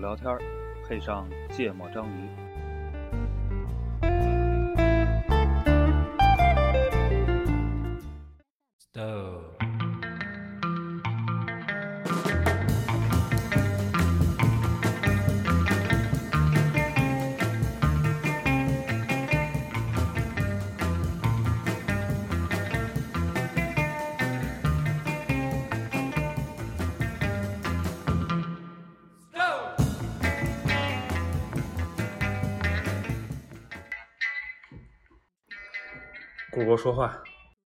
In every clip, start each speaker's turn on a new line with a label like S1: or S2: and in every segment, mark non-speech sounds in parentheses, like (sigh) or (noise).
S1: 聊天，配上芥末章鱼。
S2: Stove.
S3: 顾哥说话，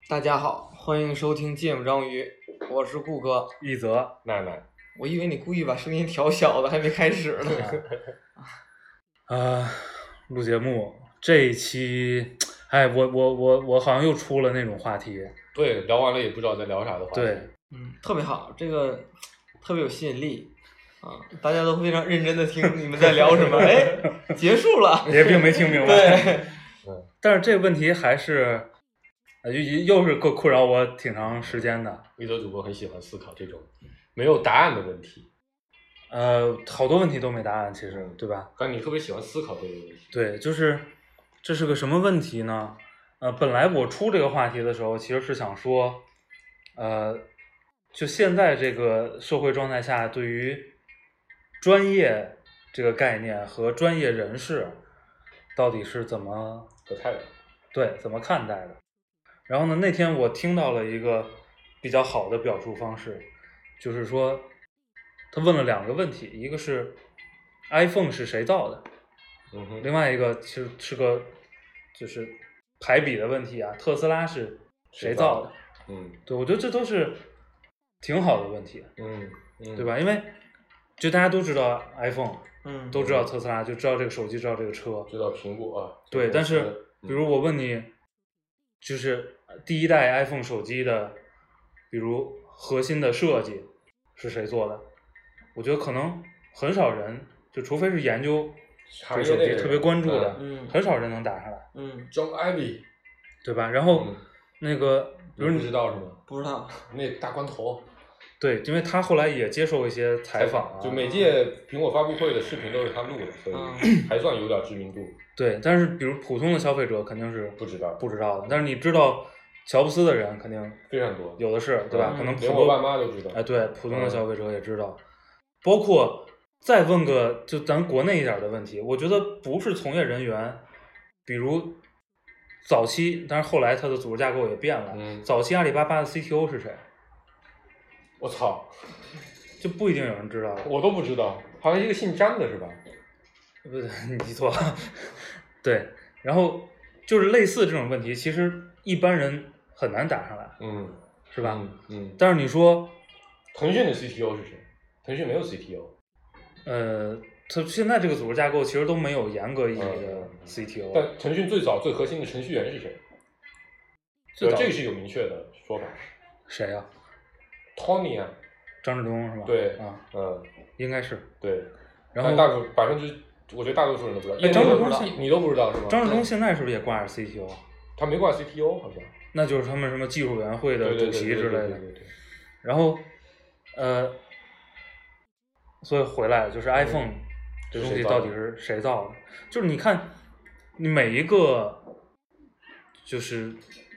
S4: 大家好，欢迎收听《芥末章鱼》，我是顾哥。
S3: 一泽，
S5: 奈奈，
S4: 我以为你故意把声音调小了，还没开始呢。
S3: 啊，录节目这一期，哎，我我我我好像又出了那种话题，
S5: 对，聊完了也不知道在聊啥的话题。
S3: 对，
S4: 嗯，特别好，这个特别有吸引力啊！大家都非常认真
S3: (laughs)
S4: 的听你们在聊什么。哎，结束了。
S3: 也并没听明白。 (laughs)
S4: 对，
S3: 但是这个问题还是，呃又又是困困扰我挺长时间的。
S5: 一泽主播很喜欢思考这种没有答案的问题，
S3: 呃，好多问题都没答案，其实对吧？
S5: 但你特别喜欢思考这个问题。
S3: 对，就是这是个什么问题呢？呃，本来我出这个话题的时候，其实是想说，呃，就现在这个社会状态下，对于专业这个概念和专业人士到底是怎么
S5: 可太
S3: 对怎么看待的？然后呢，那天我听到了一个比较好的表述方式，就是说他问了两个问题，一个是 iPhone 是谁造的？
S5: 嗯哼，
S3: 另外一个其实是个就是排比的问题啊，特斯拉是谁造的？
S5: 嗯
S3: 对，我觉得这都是挺好的问题，
S5: 嗯嗯，
S3: 对？吧？因为就大家都知道 iPhone，
S4: 嗯，
S3: 都知道特斯拉，就知道这个手机，知道这个车，
S5: 知道苹果啊，
S3: 对。但是比
S5: 嗯
S3: 如我问你，就是第一代 iPhone 手机的，比如核心的设计是谁做的？我觉得可能很少人，就除非是研究这
S5: 行
S3: 个
S5: 业
S3: 手
S5: 内啊
S3: 机特别关注的，
S4: 嗯
S3: 很少人能答上来。
S4: 嗯，
S5: John Ivy，
S3: 对吧？然后、
S5: 嗯
S3: 那个，比如
S5: 你不
S3: 你
S5: 知道是吗？
S4: 不知道。
S5: 那大光头
S3: 对，因为他后来也接受一些采访啊，
S5: 就每届苹果发布会的视频都是他录的，所以
S4: 嗯
S5: (clears throat) 还算有点知名度。
S3: 对，但是比如普通的消费者肯定是
S5: 不知道
S3: 不知道的，但是你知道乔布斯的人肯定
S5: 非常多
S3: 有的是，对吧？
S4: 嗯
S3: 可能普
S5: 连
S3: 通
S5: 我爸妈都知道
S3: 哎，对，普
S5: 嗯
S3: 通的消费者也知道，包括再问个就咱国内一点的问题，我觉得不是从业人员，比如。早期，但是后来它的组织架构也变了。
S5: 嗯
S3: 早期阿里巴巴的 CTO 是谁，
S5: 我操，
S3: 就不一定有人知道了。 (laughs)
S5: 我都不知道，好像一个姓张的是吧？
S3: 不是你记错了，对，然后就是类似这种问题，其实一般人很难答上来，
S5: 嗯，
S3: 是吧？
S5: 嗯嗯，
S3: 但是你说，
S5: 腾讯的 CTO 是谁？腾讯没有 CTO。
S3: 呃，它现在这个组织架构其实都没有严格意义的
S5: 嗯
S3: CTO，、
S5: 但腾讯最早最核心的程序员是谁？
S3: 最早
S5: 这个是有明确的说法。
S3: 谁啊？
S5: Tony 啊，
S3: 张志东是吧？
S5: 对
S3: 啊，
S5: 嗯，
S3: 应该是。
S5: 对。
S3: 然
S5: 但
S3: 后
S5: 大部百分之，我觉得大多数人都不知道。
S3: 哎
S5: 业内
S3: 张志
S5: 都
S3: 东
S5: 不知道
S3: 是
S5: 你都不知道是吗？
S3: 张志东现在是不是也挂着 CTO？
S5: 他没挂 CTO 好像。
S3: 那就是他们什么技术委员会
S5: 对
S3: 的
S5: 对对
S3: 主席
S5: 对
S3: 之类
S5: 对
S3: 的。
S5: 对对对。
S3: 然后，呃，所以回来就是
S5: 嗯
S3: iPhone 这东西到底是谁造的？就是你看，你每一个，就是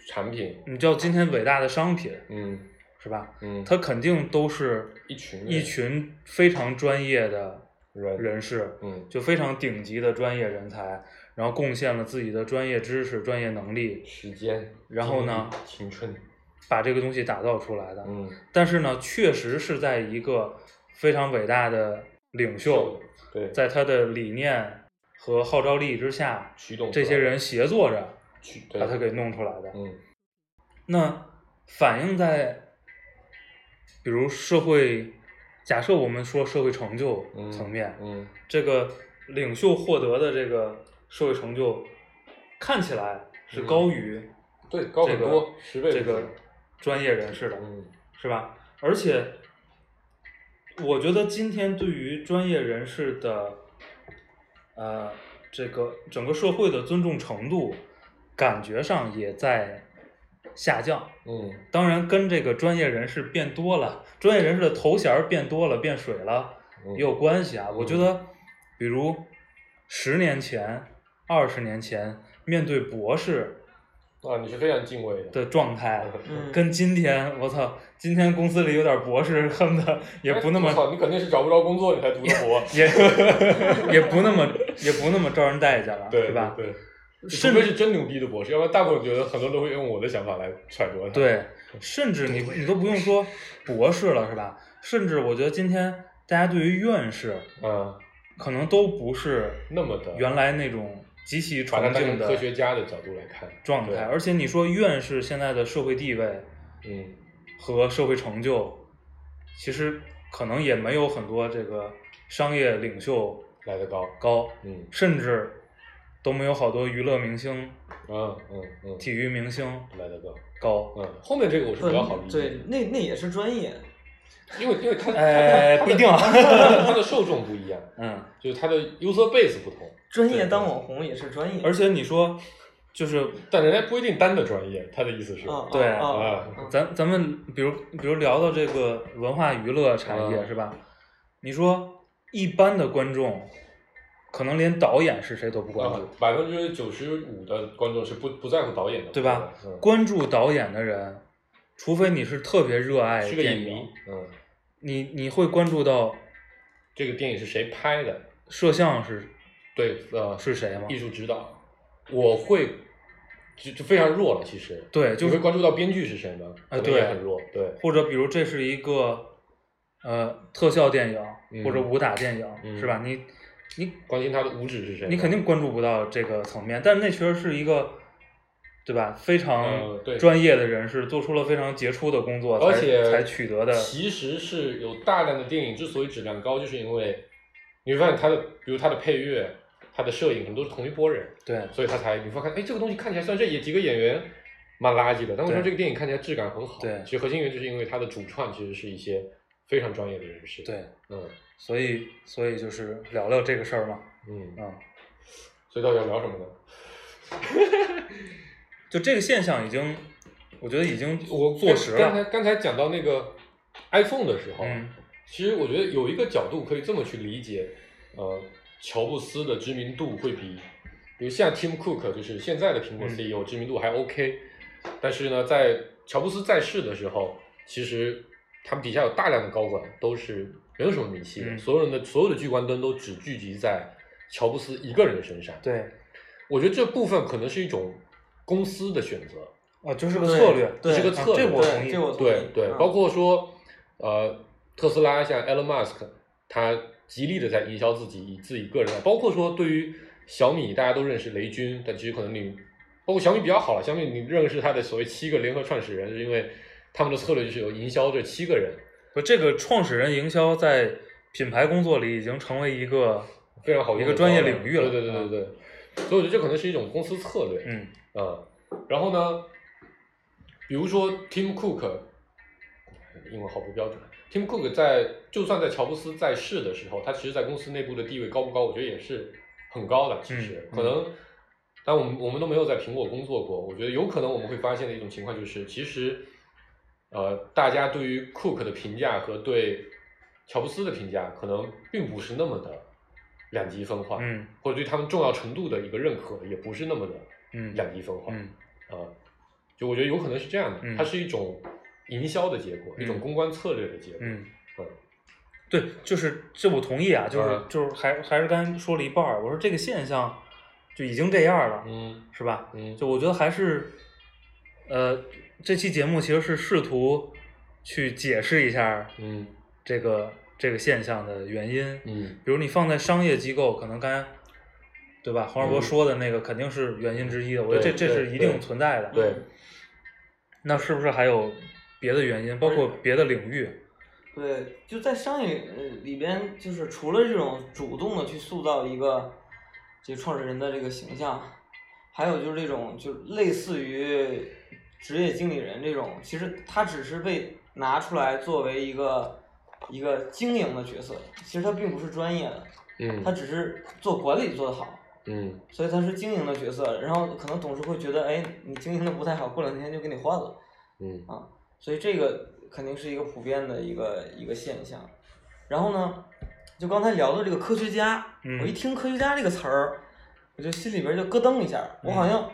S5: 产品，
S3: 你叫今天伟大的商品
S5: 嗯
S3: 是吧？
S5: 嗯，
S3: 它肯定都是
S5: 一群人
S3: 一群非常专业的
S5: 人
S3: 人士，
S5: 嗯
S3: 就非常顶级的专业人才，然后贡献了自己的专业知识、专业能力，
S5: 时间，
S3: 然后呢
S5: 精力青春，
S3: 把这个东西打造出来的。
S5: 嗯，
S3: 但是呢，确实是在一个非常伟大的领袖，
S5: 对，
S3: 在他的理念和号召力之下，
S5: 驱动
S3: 这些人协作着
S5: 去
S3: 把它给，弄出来的
S5: 对。嗯
S3: 那反映在，比如社会，假设我们说社会成就
S5: 嗯
S3: 层面，
S5: 嗯
S3: 这个领袖获得的这个社会成就，看起来是高于
S5: 对高
S3: 这
S5: 很
S3: 个、
S5: 多十倍
S3: 这
S5: 不
S3: 个
S5: 止
S3: 专业人士的。
S5: 嗯
S3: 是吧？而且，我觉得今天对于专业人士的，呃，这个整个社会的尊重程度，感觉上也在下降。
S5: 嗯
S3: 当然，跟这个专业人士变多了，专业人士的头衔儿变多了、变水了
S5: 嗯
S3: 也有关系啊。我觉得比如十年前、二十年前面对博士
S5: 啊，你是非常敬畏的。 (laughs)
S3: 的状态，
S4: 嗯
S3: 跟今天我操，今天公司里有点博士，恨不得也不那么。
S5: 哎我操你肯定是找不着工作，你才读的博
S3: (laughs) 也也不那么也不那么招人待见了，
S5: 对
S3: 是吧？
S5: 对，
S3: 甚
S5: 除非是真牛逼的博士，要不然大部分觉得很多人都会用我的想法来揣度他。，
S3: 对，甚至你你都不用说博士了，是吧？甚至我觉得今天大家对于院士
S5: 嗯，
S3: 可能都不是
S5: 那么的
S3: 原来那种极其
S5: 把它
S3: 崇
S5: 当成
S3: 敬
S5: 科
S3: 的
S5: 学家的角度来看，
S3: 状
S5: 对
S3: 态，而且你说院士现在的社会地位
S5: 嗯，
S3: 和社会成就，其实可能也没有很多这个商业领袖
S5: 来得高，
S3: 高，
S5: 嗯
S3: 甚至都没有好多娱乐明星、
S5: 嗯嗯嗯，
S3: 体育明星
S5: 来得高，
S3: 高。
S5: 嗯，后面这个我是比较好理
S4: 不，
S5: 解的
S4: 嗯对，，那那也是专业，
S5: 因为因为他
S3: 哎
S5: 他
S3: 不一定啊
S5: 他的他的受众不一样，
S3: 嗯，
S5: 就是他的 user base 不同，
S4: 专业当网红也是专业。
S3: 而且你说就是
S5: 但人家不一定单的专业，他的意思是，
S4: 啊，
S3: 对
S4: 啊啊啊
S3: 咱咱们比如比如聊到这个文化娱乐产业、
S5: 嗯
S3: 是吧？你说一般的观众，可能连导演是谁都不关注，
S5: 啊百分之九十五的观众是不不在乎导演的，
S3: 对吧？
S5: 嗯，
S3: 关注导演的人，除非你是特别热爱
S5: 是个
S3: 电
S5: 影
S3: 影
S5: 迷，，嗯，
S3: 你你会关注到
S5: 这个电影是谁拍的？
S3: 摄像是
S5: 对，呃，
S3: 是谁吗？
S5: 艺术指导，我会就就非常弱了，其实，
S3: 对，就
S5: 你
S3: 是
S5: 会关注到编剧是谁吗？
S3: 啊
S5: 可能
S3: 对
S5: 也很弱，对，
S3: 或者比如这是一个呃特效电影、
S5: 嗯
S3: 或者武打电影、
S5: 嗯
S3: 是吧？你你
S5: 关心他的五指是谁吗？
S3: 你肯定关注不到这个层面，但那确实是一个，对吧？非常
S5: 呃对
S3: 专业的人士做出了非常杰出的工作，
S5: 而
S3: 才
S5: 且
S3: 才取得的。
S5: 其实是有大量的电影之所以质量高，就是因为你会发现它的，比如它的配乐、它的摄影，可能都是同一波人，
S3: 对
S5: 所以他才你会看，哎，这个东西看起来虽然这也几个演员蛮垃圾的，但为什
S3: 对
S5: 么这个电影看起来质感很好？
S3: 对
S5: 其实核心原因就是因为它的主创其实是一些非常专业的人士。，
S3: 对，
S5: 嗯
S3: 所以所以就是聊聊这个事儿嘛，
S5: 嗯，
S3: 嗯，
S5: 所以到底要聊什么呢？
S3: 就这个现象已经，我觉得已经
S5: 我
S3: 坐实
S5: 刚
S3: 了，
S5: 才刚才讲到那个 iPhone 的时候，
S3: 嗯
S5: 其实我觉得有一个角度可以这么去理解，呃，乔布斯的知名度会比，比如像 Tim Cook 就是现在的苹果
S3: 嗯
S5: CEO 知名度还 OK，、但是呢，在乔布斯在世的时候，其实他们底下有大量的高管都是没有什么名气的，
S3: 嗯
S5: 所有人的所有的聚光灯都只聚集在乔布斯一个人的身上。
S3: 对，
S5: 我觉得这部分可能是一种公司的选择，
S3: 啊，就是个策略，
S4: 对
S5: 这是个
S3: 啊
S5: 策略
S3: 这我
S4: 对
S3: 同意，
S4: 这我同意
S5: 对对，
S4: 嗯
S5: 包括说，呃，特斯拉像 Elon Musk，他极力的在营销自己，以自己个人的，啊包括说对于小米，大家都认识雷军，但其实可能你，包括小米比较好了，小米你认识他的所谓七个联合创始人，是因为他们的策略就是有营销这七个人，
S3: 不，这个创始人营销在品牌工作里已经成为一个，
S5: 非常好用
S3: 一
S5: 的
S3: 个专业
S5: 招人
S3: 领域了
S5: 对对对对对，所以我觉得这可能是一种公司策略，
S3: 嗯
S5: 嗯，然后呢，比如说 Tim Cook，英文好不标准。Tim Cook 在就算在乔布斯在世的时候，他其实在公司内部的地位高不高，我觉得也是很高的。其实、
S3: 嗯
S5: 可能，但我们我们都没有在苹果工作过，我觉得有可能我们会发现的一种情况就是，其实，呃，大家对于 Cook 的评价和对乔布斯的评价，可能并不是那么的两极分化，
S3: 嗯
S5: 或者对他们重要程度的一个认可，也不是那么的。
S3: 嗯
S5: 两极分化
S3: 嗯
S5: 啊，就我觉得有可能是这样的，
S3: 嗯
S5: 它是一种营销的结果，
S3: 嗯
S5: 一种公关策略的结果。
S3: 嗯
S5: 嗯，
S3: 对，就是这我同意啊，就是、
S5: 嗯
S3: 就是还还是刚才说了一半儿，我说这个现象就已经这样了，
S5: 嗯
S3: 是吧？
S5: 嗯，
S3: 就我觉得还是，呃，这期节目其实是试图去解释一下
S5: 嗯
S3: 这个这个现象的原因，
S5: 嗯
S3: 比如你放在商业机构，可能刚才对吧，黄世博
S5: 嗯
S3: 说的那个肯定是原因之一的，我觉得这
S5: 对
S3: 这是
S5: 对
S3: 一
S5: 对
S3: 定存
S4: 嗯
S3: 在的。
S5: 对，
S3: 那是不是还有别的原因，包括别的领域？
S4: 对，就在商业呃里边，就是除了这种主动的去塑造一个这个创始人的这个形象，还有就是这种就类似于职业经理人这种，其实他只是被拿出来作为一个一个经营的角色，其实他并不是专业的，他
S5: 嗯
S4: 只是做管理做得好。
S5: 嗯
S4: 所以他是经营的角色，然后可能董事会觉得，哎，你经营的不太好，过两天就给你换了，
S5: 嗯
S4: 所以这个肯定是一个普遍的一个一个现象。然后呢，就刚才聊的这个科学家，
S3: 嗯
S4: 我一听科学家这个词儿，我就心里边就咯噔一下，我
S5: 嗯
S4: 好像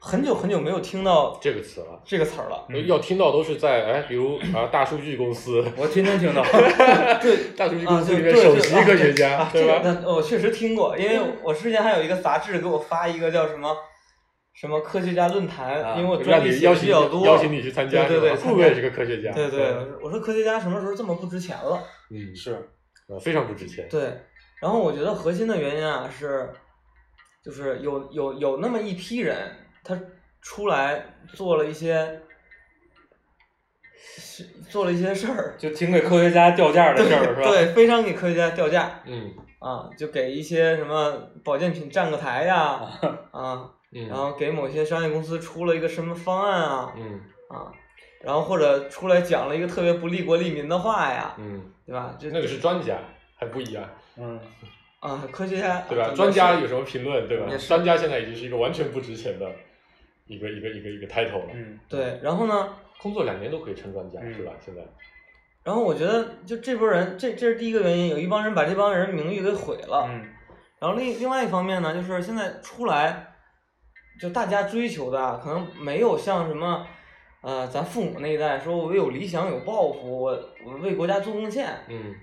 S4: 很久很久没有听到
S5: 这个词了。
S4: 这个词
S5: (laughs)
S4: 儿了。
S3: 嗯
S5: 要听到都是在哎，比如啊，大数据公司，
S3: 我天天听到，
S5: (laughs)
S4: 对，
S5: 大数据
S4: 啊
S5: 公司
S4: 对
S5: 里面
S4: 对
S5: 首
S4: 对
S5: 席
S4: 啊
S5: 科学家，
S4: 啊，这
S5: 对吧？
S4: 个那我确实听过，因为我之前还有一个杂志给我发一个叫什么什么科学家论坛，
S3: 啊
S4: 因为我专
S5: 让
S4: 题
S5: 你
S4: 写的
S5: 邀
S4: 比
S5: 请
S4: 较多，
S5: 邀请你去参加，
S4: 对对对
S5: 是吧顾哥也是个科学家，
S4: 对对，我说科学家什么时候这么不值钱了？
S5: 嗯，
S3: 是，
S5: 呃非常不值钱，
S4: 对，然后我觉得核心的原因啊是，就是有有有那么一批人，他出来做了一些，是做了一些事儿，
S3: 就挺给科学家掉价的事儿是吧？
S4: 对，非常给科学家掉价
S5: 嗯
S4: 啊，就给一些什么保健品站个台
S5: (laughs)
S4: 呀，啊，然
S5: 嗯
S4: 后给某些商业公司出了一个什么方案啊
S5: 嗯
S4: 啊，然后或者出来讲了一个特别不利国利民的话呀，
S5: 嗯，
S4: 对吧？这
S5: 那个是专家，还不一样，
S3: 嗯，
S4: 啊，科学家
S5: 对
S4: 啊
S5: 吧？
S4: 怎么
S5: 专
S4: 说
S5: 家有什么评论，对吧
S4: 也？是
S5: 专家现在已经是一个完全不值钱的一个一个一个一个 title 了，
S3: 嗯
S4: 对，然后呢？
S5: 工作两年都可以称专家，
S3: 嗯
S5: 是吧？现在，
S4: 然后我觉得，就这波人，这这是第一个原因，有一帮人把这帮人名誉给毁了。
S3: 嗯
S4: 然后另另外一方面呢，就是现在出来，就大家追求的啊可能没有像什么，呃，咱父母那一代说我有理想有抱负，我我为国家做贡献。
S5: 嗯，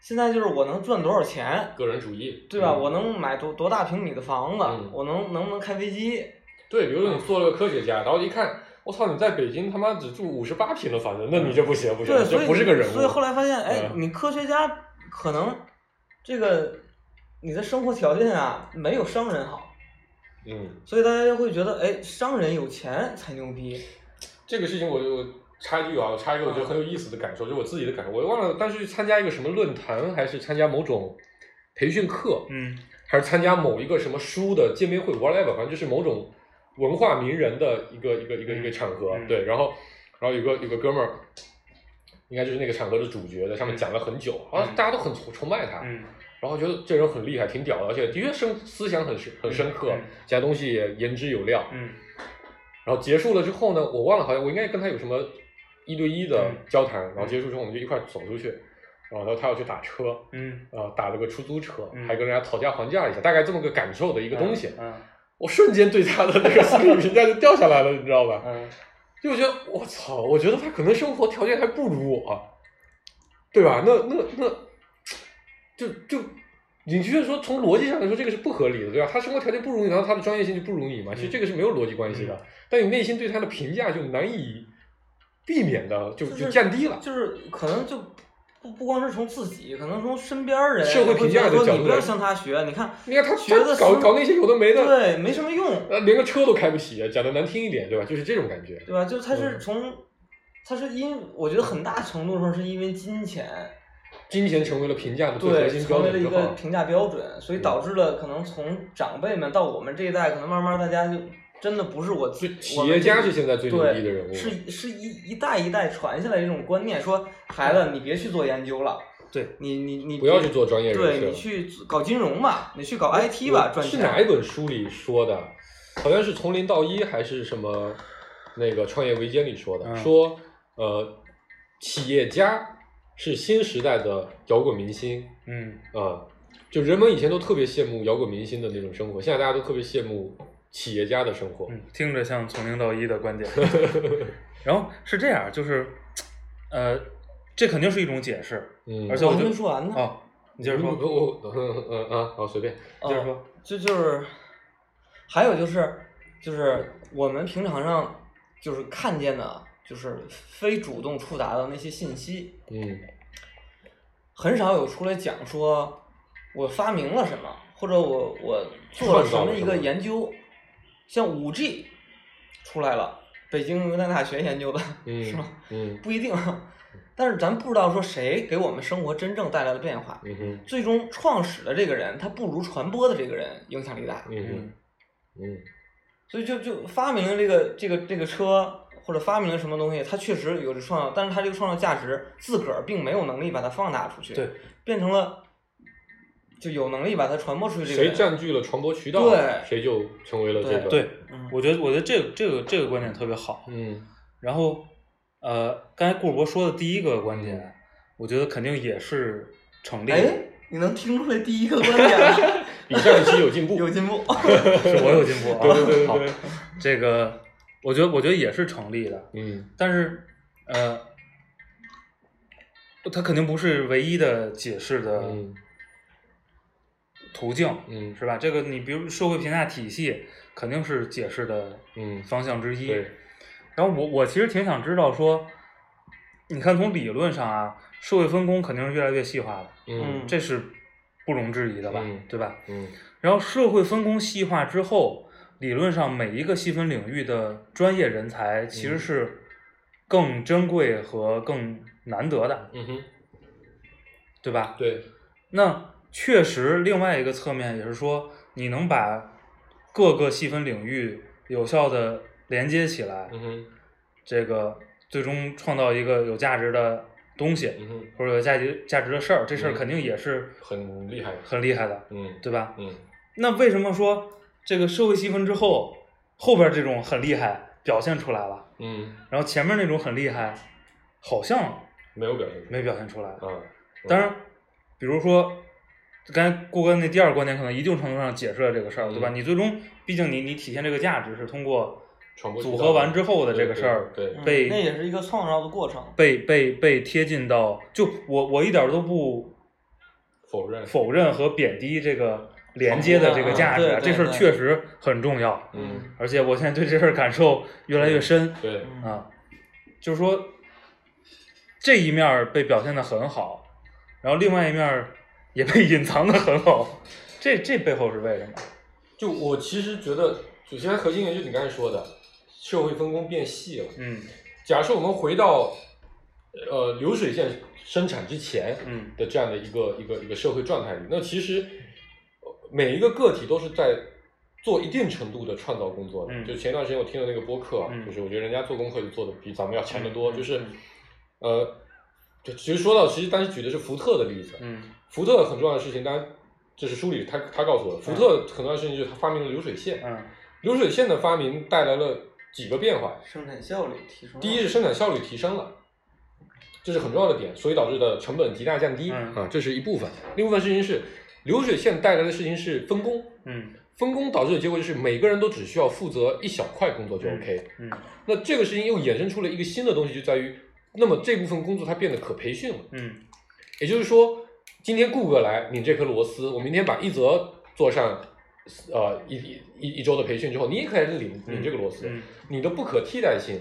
S4: 现在就是我能赚多少钱，
S5: 个人主义，
S4: 对吧？
S5: 嗯
S4: 我能买多多大平米的房子，
S5: 嗯
S4: 我能能不能开飞机？
S5: 对，比
S4: 嗯
S5: 如说你做了个科学家，然后一看，我操，你在北京他妈只住五十八平的房子，那你这不行不
S4: 嗯
S5: 行
S4: 对，，所
S5: 这
S4: 以
S5: 不是个人物。
S4: 所以后来发现，哎，
S5: 嗯
S4: 你科学家可能这个你的生活条件啊，没有商人好。
S5: 嗯，
S4: 所以大家就会觉得，哎，商人有钱才牛逼。
S5: 这个事情我我插一句啊，我插一个我觉
S4: 嗯
S5: 得很有意思的感受，就我自己的感受，我忘了当时去参加一个什么论坛，还是参加某种培训课，
S3: 嗯
S5: 还是参加某一个什么书的见面会，whatever，反正就是某种文化名人的一个一个一个一个场合，
S3: 嗯
S5: 对，然后然后有个有个哥们儿。应该就是那个场合的主角，在上面讲了很久，
S3: 嗯
S5: 啊，大家都很崇崇拜他，
S3: 嗯
S5: 然后觉得这人很厉害，挺屌的，而且的确深思想很深很深刻
S3: 嗯嗯，
S5: 其他东西也言之有料，
S3: 嗯
S5: 然后结束了之后呢，我忘了，好像我应该跟他有什么一对一
S3: 嗯
S5: 的交谈。然后结束之后，我们就一块儿走出去，然后他他要去打车，
S3: 嗯，
S5: 然呃后打了个出租车，
S3: 嗯
S5: 还跟人家讨价还价了一下，大概这么个感受的一
S3: 一
S5: 个东西。
S3: 嗯
S5: 我瞬间对他的那个心理评价就掉下来了，你知道吧？
S3: 嗯
S5: 就我觉得我操，我觉得他可能生活条件还不如我，对吧？那那那，就就。你觉得说从逻辑上来说，这个是不合理的，对吧？他生活条件不如你，然后他的专业性就不如你嘛？其实这个是没有逻辑关系的，但你内心对他的评价就难以避免的就
S4: 就是
S5: 就降低了。
S4: 就是可能就不不光是从自己，可能从身边人
S5: 社会评价的
S4: 也会觉得说
S5: 角度
S4: 你不要
S5: 来
S4: 向他学，你看，
S5: 你看他
S4: 觉得
S5: 他搞
S4: 是
S5: 搞那些有的没的，
S4: 对，没什么用，
S5: 呃，连个车都开不起，讲的难听一点，对吧？就是这种感觉。
S4: 对吧？就是他是
S5: 嗯
S4: 从，他是因，我觉得很大程度上是因为金钱，
S5: 金钱成为了评价的最核
S4: 对，
S5: 心
S4: 成
S5: 标
S4: 为了
S5: 准嗯
S4: 一
S5: 之
S4: 个
S5: 后，
S4: 评价标准，所以导致了可能从长辈们到我们这一代，可能慢慢大家就真的不是我自
S5: 就企业家是现在最牛逼的人物
S4: 对，。是是一一代一代传下来一种观念，说孩子你别去做研究了，
S3: 对
S4: 你你你
S5: 不要
S4: 别
S5: 去做专业人
S4: 对
S5: 士
S4: 你去搞金融吧，你去搞 IT 吧，赚
S5: 是
S4: 钱。
S5: 哪一本书里说的？好像是《从零到一》还是什么那个《创业维艰》里说的，
S3: 嗯
S5: 说呃，企业家是新时代的摇滚明星
S3: 嗯
S5: 啊、就人们以前都特别羡慕摇滚明星的那种生活，现在大家都特别羡慕企业家的生活。
S3: 嗯，听着像从零到一的观 (laughs) 点。然后是这样，就是呃，这肯定是一种解释，
S5: 嗯，
S3: 而且
S4: 我
S3: 我
S4: 还
S3: 就
S4: 没说完呢，
S3: 哦，你接着
S5: 我
S3: 说，
S5: 我我 (laughs) 嗯嗯啊，好随便，
S4: 哦
S3: 接着说，
S4: 这就是，还有就是就是我们平常上就是看见的，就是非主动触达的那些信息，
S5: 嗯
S4: 很少有出来讲说我发明了什么，或者我我做了什么一个研究，像五 G 出来了，北京邮电大学研究的，
S5: 嗯
S4: 是吗？
S5: 嗯
S4: 不一定，但是咱不知道说谁给我们生活真正带来了变化。
S5: 嗯哼
S4: 最终创始的这个人，他不如传播的这个人影响力大，
S5: 嗯哼
S3: 嗯
S5: 嗯
S4: 所以就就发明了这个这个这个车，或者发明了什么东西，他确实有着创造，但是他这个创造价值自个儿并没有能力把它放大出去，
S3: 对，
S4: 变成了就有能力把它传播出去这个
S5: 谁
S4: 人。
S5: 占据了传播渠道，
S4: 对
S5: 谁就成为了这个
S3: 对，
S4: 嗯
S3: 我觉得我觉得这个这个这个观点特别好。
S5: 嗯
S3: 然后呃，刚才顾主播说的第一个观点，我觉得肯定也是成立的。
S4: 哎，你能听出来第一个观点
S5: (laughs)
S4: 了，
S5: 比上一期有进
S4: (laughs)
S5: 步，
S4: 有进步。
S3: 是我有进
S5: (laughs)
S3: 步啊。
S5: 对对对
S3: 好
S5: 对对，
S3: 这个我觉得我觉得也是成立的，
S5: 嗯
S3: 但是呃，它肯定不是唯一的解释的
S5: 嗯
S3: 途径，
S5: 嗯
S3: 是吧？这个你比如社会评价体系肯定是解释的
S5: 嗯，
S3: 方向之一。
S5: 对，
S3: 然后我我其实挺想知道说，你看从理论上啊，社会分工肯定是越来越细化的，
S5: 嗯
S4: 嗯
S3: 这是不容置疑的吧，
S5: 嗯
S3: 对吧？
S5: 嗯
S3: 然后社会分工细化之后，理论上每一个细分领域的专业人才其
S5: 嗯
S3: 实是更珍贵和更难得的，
S5: 嗯哼，
S3: 对吧？
S5: 对，
S3: 那确实，另外一个侧面也是说，你能把各个细分领域有效的连接起来，
S5: 嗯哼
S3: 这个最终创造一个有价值的东西，
S5: 嗯哼，
S3: 或者有价值价值的事儿，这事儿
S5: 嗯
S3: 肯定也是
S5: 很厉害，
S3: 很厉害的，
S5: 嗯
S3: 对吧？
S5: 嗯
S3: 那为什么说这个社会细分之后，后边这种很厉害表现出来了，
S5: 嗯，
S3: 然后前面那种很厉害好像
S5: 没有表现出来
S3: 没表现出来？
S5: 啊，
S3: 当然，比如说刚才顾哥那第二个观点，可能一定程度上解释了这个事儿，对吧？
S5: 嗯
S3: 你最终，毕竟你你体现这个价值是通过
S5: 传播渠
S3: 组
S5: 道
S3: 合完之后的这个事儿
S5: 对，对对
S4: 嗯
S3: 被
S4: 那也是一个创造的过程。
S3: 被被被贴近到，就我我一点都不
S5: 否认，
S3: 否认和贬低这个连接的这个价值，
S5: 啊
S3: 啊
S4: 嗯对对
S3: 这事儿
S4: 对
S3: 确实很重要，
S5: 嗯，
S3: 而且我现在对这事儿感受越来越深。
S5: 对，
S4: 嗯
S3: 啊，就是说这一面儿被表现的很好，然后另外一面儿也被隐藏的很好，这这背后是为什么？
S5: 就我其实觉得，首先核心研究你刚才说的，社会分工变细了。
S3: 嗯
S5: 假设我们回到呃流水线生产之前
S3: 嗯
S5: 的这样的一个一个一个社会状态里，那其实呃每一个个体都是在做一定程度的创造工作的。
S3: 嗯
S5: 就前段时间我听了那个播客啊，
S3: 嗯
S5: 就是我觉得人家做功课就做的比咱们要强得多，
S3: 嗯嗯
S5: 就是
S3: 嗯
S5: 呃，就其实说到，其实当时举的是福特的例子，
S3: 嗯
S5: 福特很重要的事情，当然这是书里他他告诉我的，福特很重要的事情就是他发明了流水线，
S3: 嗯
S5: 流水线的发明带来了几个变化，
S4: 生产效率提升了。
S5: 第一是生产效率提升了，这是很重要的点，所以导致的成本极大降低、
S3: 嗯
S5: 啊，这是一部分。另一部分事情是流水线带来的事情是分工，
S3: 嗯
S5: 分工导致的结果就是每个人都只需要负责一小块工作就 OK。
S3: 嗯
S5: 那这个事情又衍生出了一个新的东西，就在于那么这部分工作它变得可培训了，
S3: 嗯
S5: 也就是说，今天顾哥来拧这颗螺丝，我明天把一泽做上。呃，一一一一周的培训之后，你也可以来拧拧这个螺丝，
S3: 嗯
S5: 你的不可替代性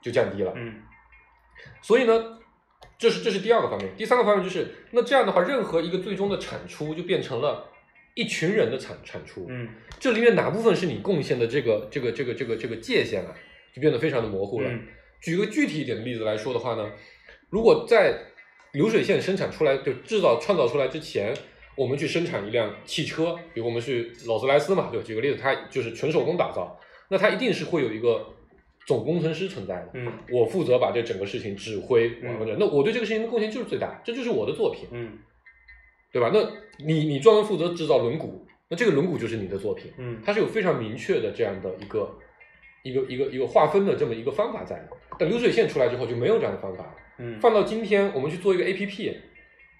S5: 就降低了。
S3: 嗯
S5: 所以呢，这是这是第二个方面，第三个方面就是，那这样的话，任何一个最终的产出就变成了一群人的产产出。，
S3: 嗯
S5: 这里面哪部分是你贡献的这个这个这个这个这个界限啊，就变得非常的模糊了。
S3: 嗯
S5: 举个具体一点的例子来说的话呢，如果在流水线生产出来，就制造创造出来之前，我们去生产一辆汽车，比如我们去劳斯莱斯嘛，对，举个例子，它就是纯手工打造，那它一定是会有一个总工程师存在的。
S3: 嗯
S5: 我负责把这整个事情指挥完
S3: 嗯
S5: 完整。那我对这个事情的贡献就是最大，这就是我的作品，
S3: 嗯
S5: 对吧？那你你专门负责制造轮毂，那这个轮毂就是你的作品，
S3: 嗯
S5: 它是有非常明确的这样的一个一个一个一个划分的这么一个方法在的。但流水线出来之后就没有这样的方法了。
S3: 嗯
S5: 放到今天，我们去做一个 APP，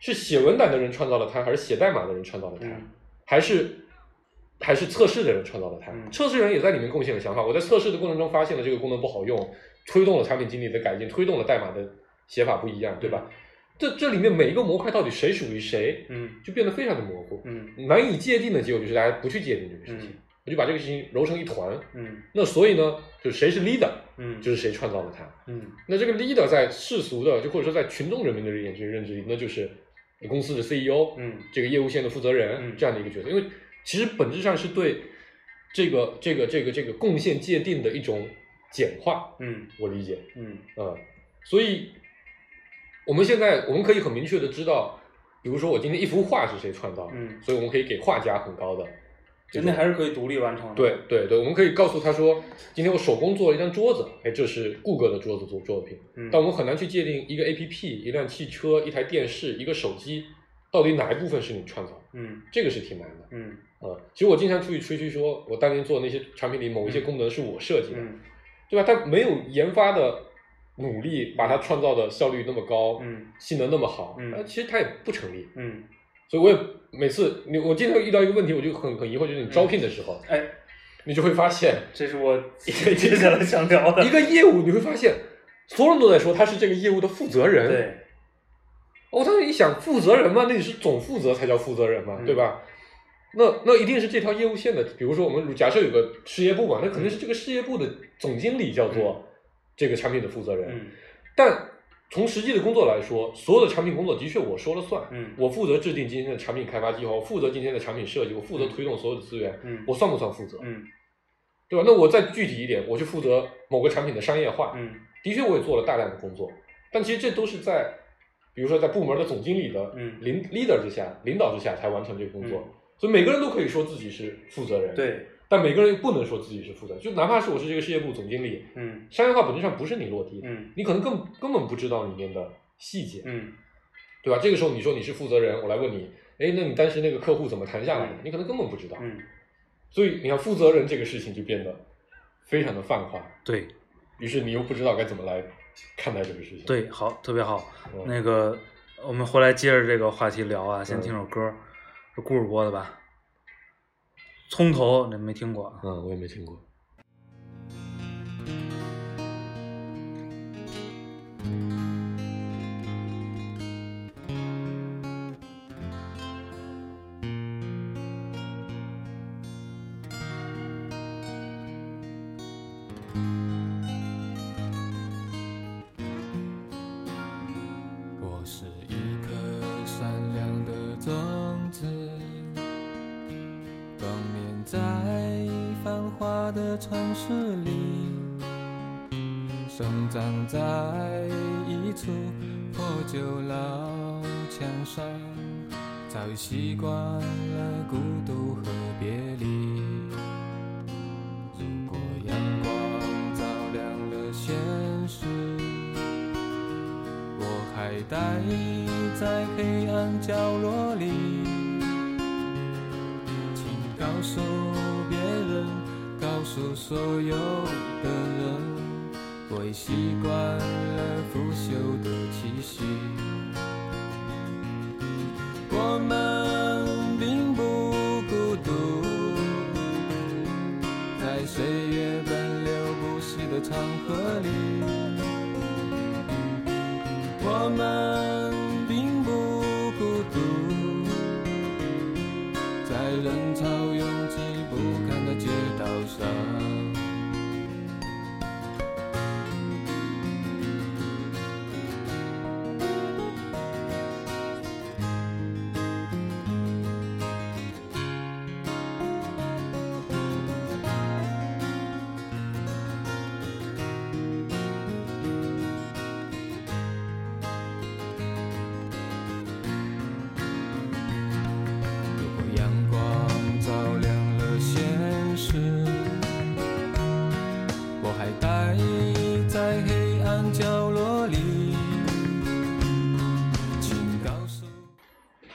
S5: 是写文档的人创造了它，还是写代码的人创造了它？
S3: 嗯
S5: 还是还是测试的人创造了它。
S3: 嗯
S5: 测试人也在里面贡献了想法。我在测试的过程中发现了这个功能不好用，推动了产品经理的改进，推动了代码的写法不一样，对吧？这这里面每一个模块到底谁属于谁，
S3: 嗯
S5: 就变得非常的模糊，
S3: 嗯
S5: 难以界定的结果就是大家不去界定这个事情，
S3: 嗯
S5: 我就把这个事情揉成一团。
S3: 嗯
S5: 那所以呢，就谁是 leader，
S3: 嗯
S5: 就是谁创造了它。
S3: 嗯
S5: 那这个 leader 在世俗的，就或者说在群众人民的眼中认知里，那就是公司的 E CEO，
S3: 嗯
S5: 这个业务线的负责人、
S3: 嗯
S5: 这样的一个角色，因为其实本质上是对这个这个这个这个贡献界定的一种简化，
S3: 嗯
S5: 我理解
S3: 嗯
S5: 啊、嗯所以我们现在我们可以很明确的知道，比如说我今天一幅画是谁创造的，
S3: 嗯，
S5: 所以我们可以给画家很高的这
S3: 就
S5: 种，
S3: 那还是可以独立完成的。
S5: 对，对对，我们可以告诉他说，今天我手工做了一张桌子，哎，这是顾哥的桌子作作品，
S3: 嗯
S5: 但我们很难去界定一个 A P P、一辆汽车、一台电视、一个手机，到底哪一部分是你创造的，
S3: 嗯
S5: 这个是挺难的
S3: 嗯
S5: 啊、其实我经常出去吹嘘说，我当年做的那些产品里某一些功能是我设计的，
S3: 嗯
S5: 对吧？但没有研发的努力，把它创造的效率那么高，
S3: 嗯
S5: 性能那么好，
S3: 嗯
S5: 呃其实它也不成立。
S3: 嗯
S5: 所以我也每次你我经常遇到一个问题，我就很很疑惑，就是你招聘的时候，
S3: 哎，
S5: 你就会发现
S3: (laughs) 这是我接下来想聊的
S5: 一。个业务，你会发现所有人都在说他是这个业务的负责人。，
S3: 对，
S5: 我当时哦一想，负责人嘛，那你是总负责才叫负责人嘛，
S3: 嗯
S5: 对吧？那那一定是这条业务线的，比如说我们如假设有个事业部嘛，那肯定是这个事业部的总经理叫做这个产品的负责人。
S3: 嗯
S5: 但从实际的工作来说，所有的产品工作的确我说了算，
S3: 嗯
S5: 我负责制定今天的产品开发计划，我负责今天的产品设计，我负责推动所有的资源，
S3: 嗯
S5: 我算不算负责？
S3: 嗯
S5: 对吧？那我再具体一点，我去负责某个产品的商业化，
S3: 嗯
S5: 的确我也做了大量的工作，但其实这都是在，比如说在部门的总经理的
S3: 嗯
S5: 领 leader 之下、领导之下才完成这个工作，
S3: 嗯
S5: 所以每个人都可以说自己是负责人，，
S3: 对，
S5: 但每个人又不能说自己是负责人，就哪怕是我是这个事业部总经理，
S3: 嗯
S5: 商业化本质上不是你落地的，
S3: 嗯
S5: 你可能根根本不知道里面的细节，
S3: 嗯
S5: 对吧？这个时候你说你是负责人，我来问你，哎，那你当时那个客户怎么谈下来的？
S3: 嗯
S5: 你可能根本不知道。
S3: 嗯，
S5: 所以你看，负责人这个事情就变得非常的泛化，
S3: 对
S5: 于是你又不知道该怎么来看待这个事情。，
S3: 对，好，特别好。
S5: 嗯、
S3: 那个，我们回来接着这个话题聊啊，先
S5: 嗯
S3: 听首歌，是顾主播的吧？葱头，你们没听过啊？
S5: 嗯，我也没听过。
S2: 我是一颗善良的种子，冬眠在繁华的城市里，生长在一处破旧老墙上，早已习惯了孤独和别离。如果阳光照亮了现实。我还待在黑暗角落里，请告诉别人，告诉所有的人，我已习惯了腐朽的气息。我们并不孤独，在岁月奔流不息的长河里。我们并不孤独，在人潮拥挤不堪的街道上。如果阳光照亮了现实，我还待在黑暗角落里，请告诉。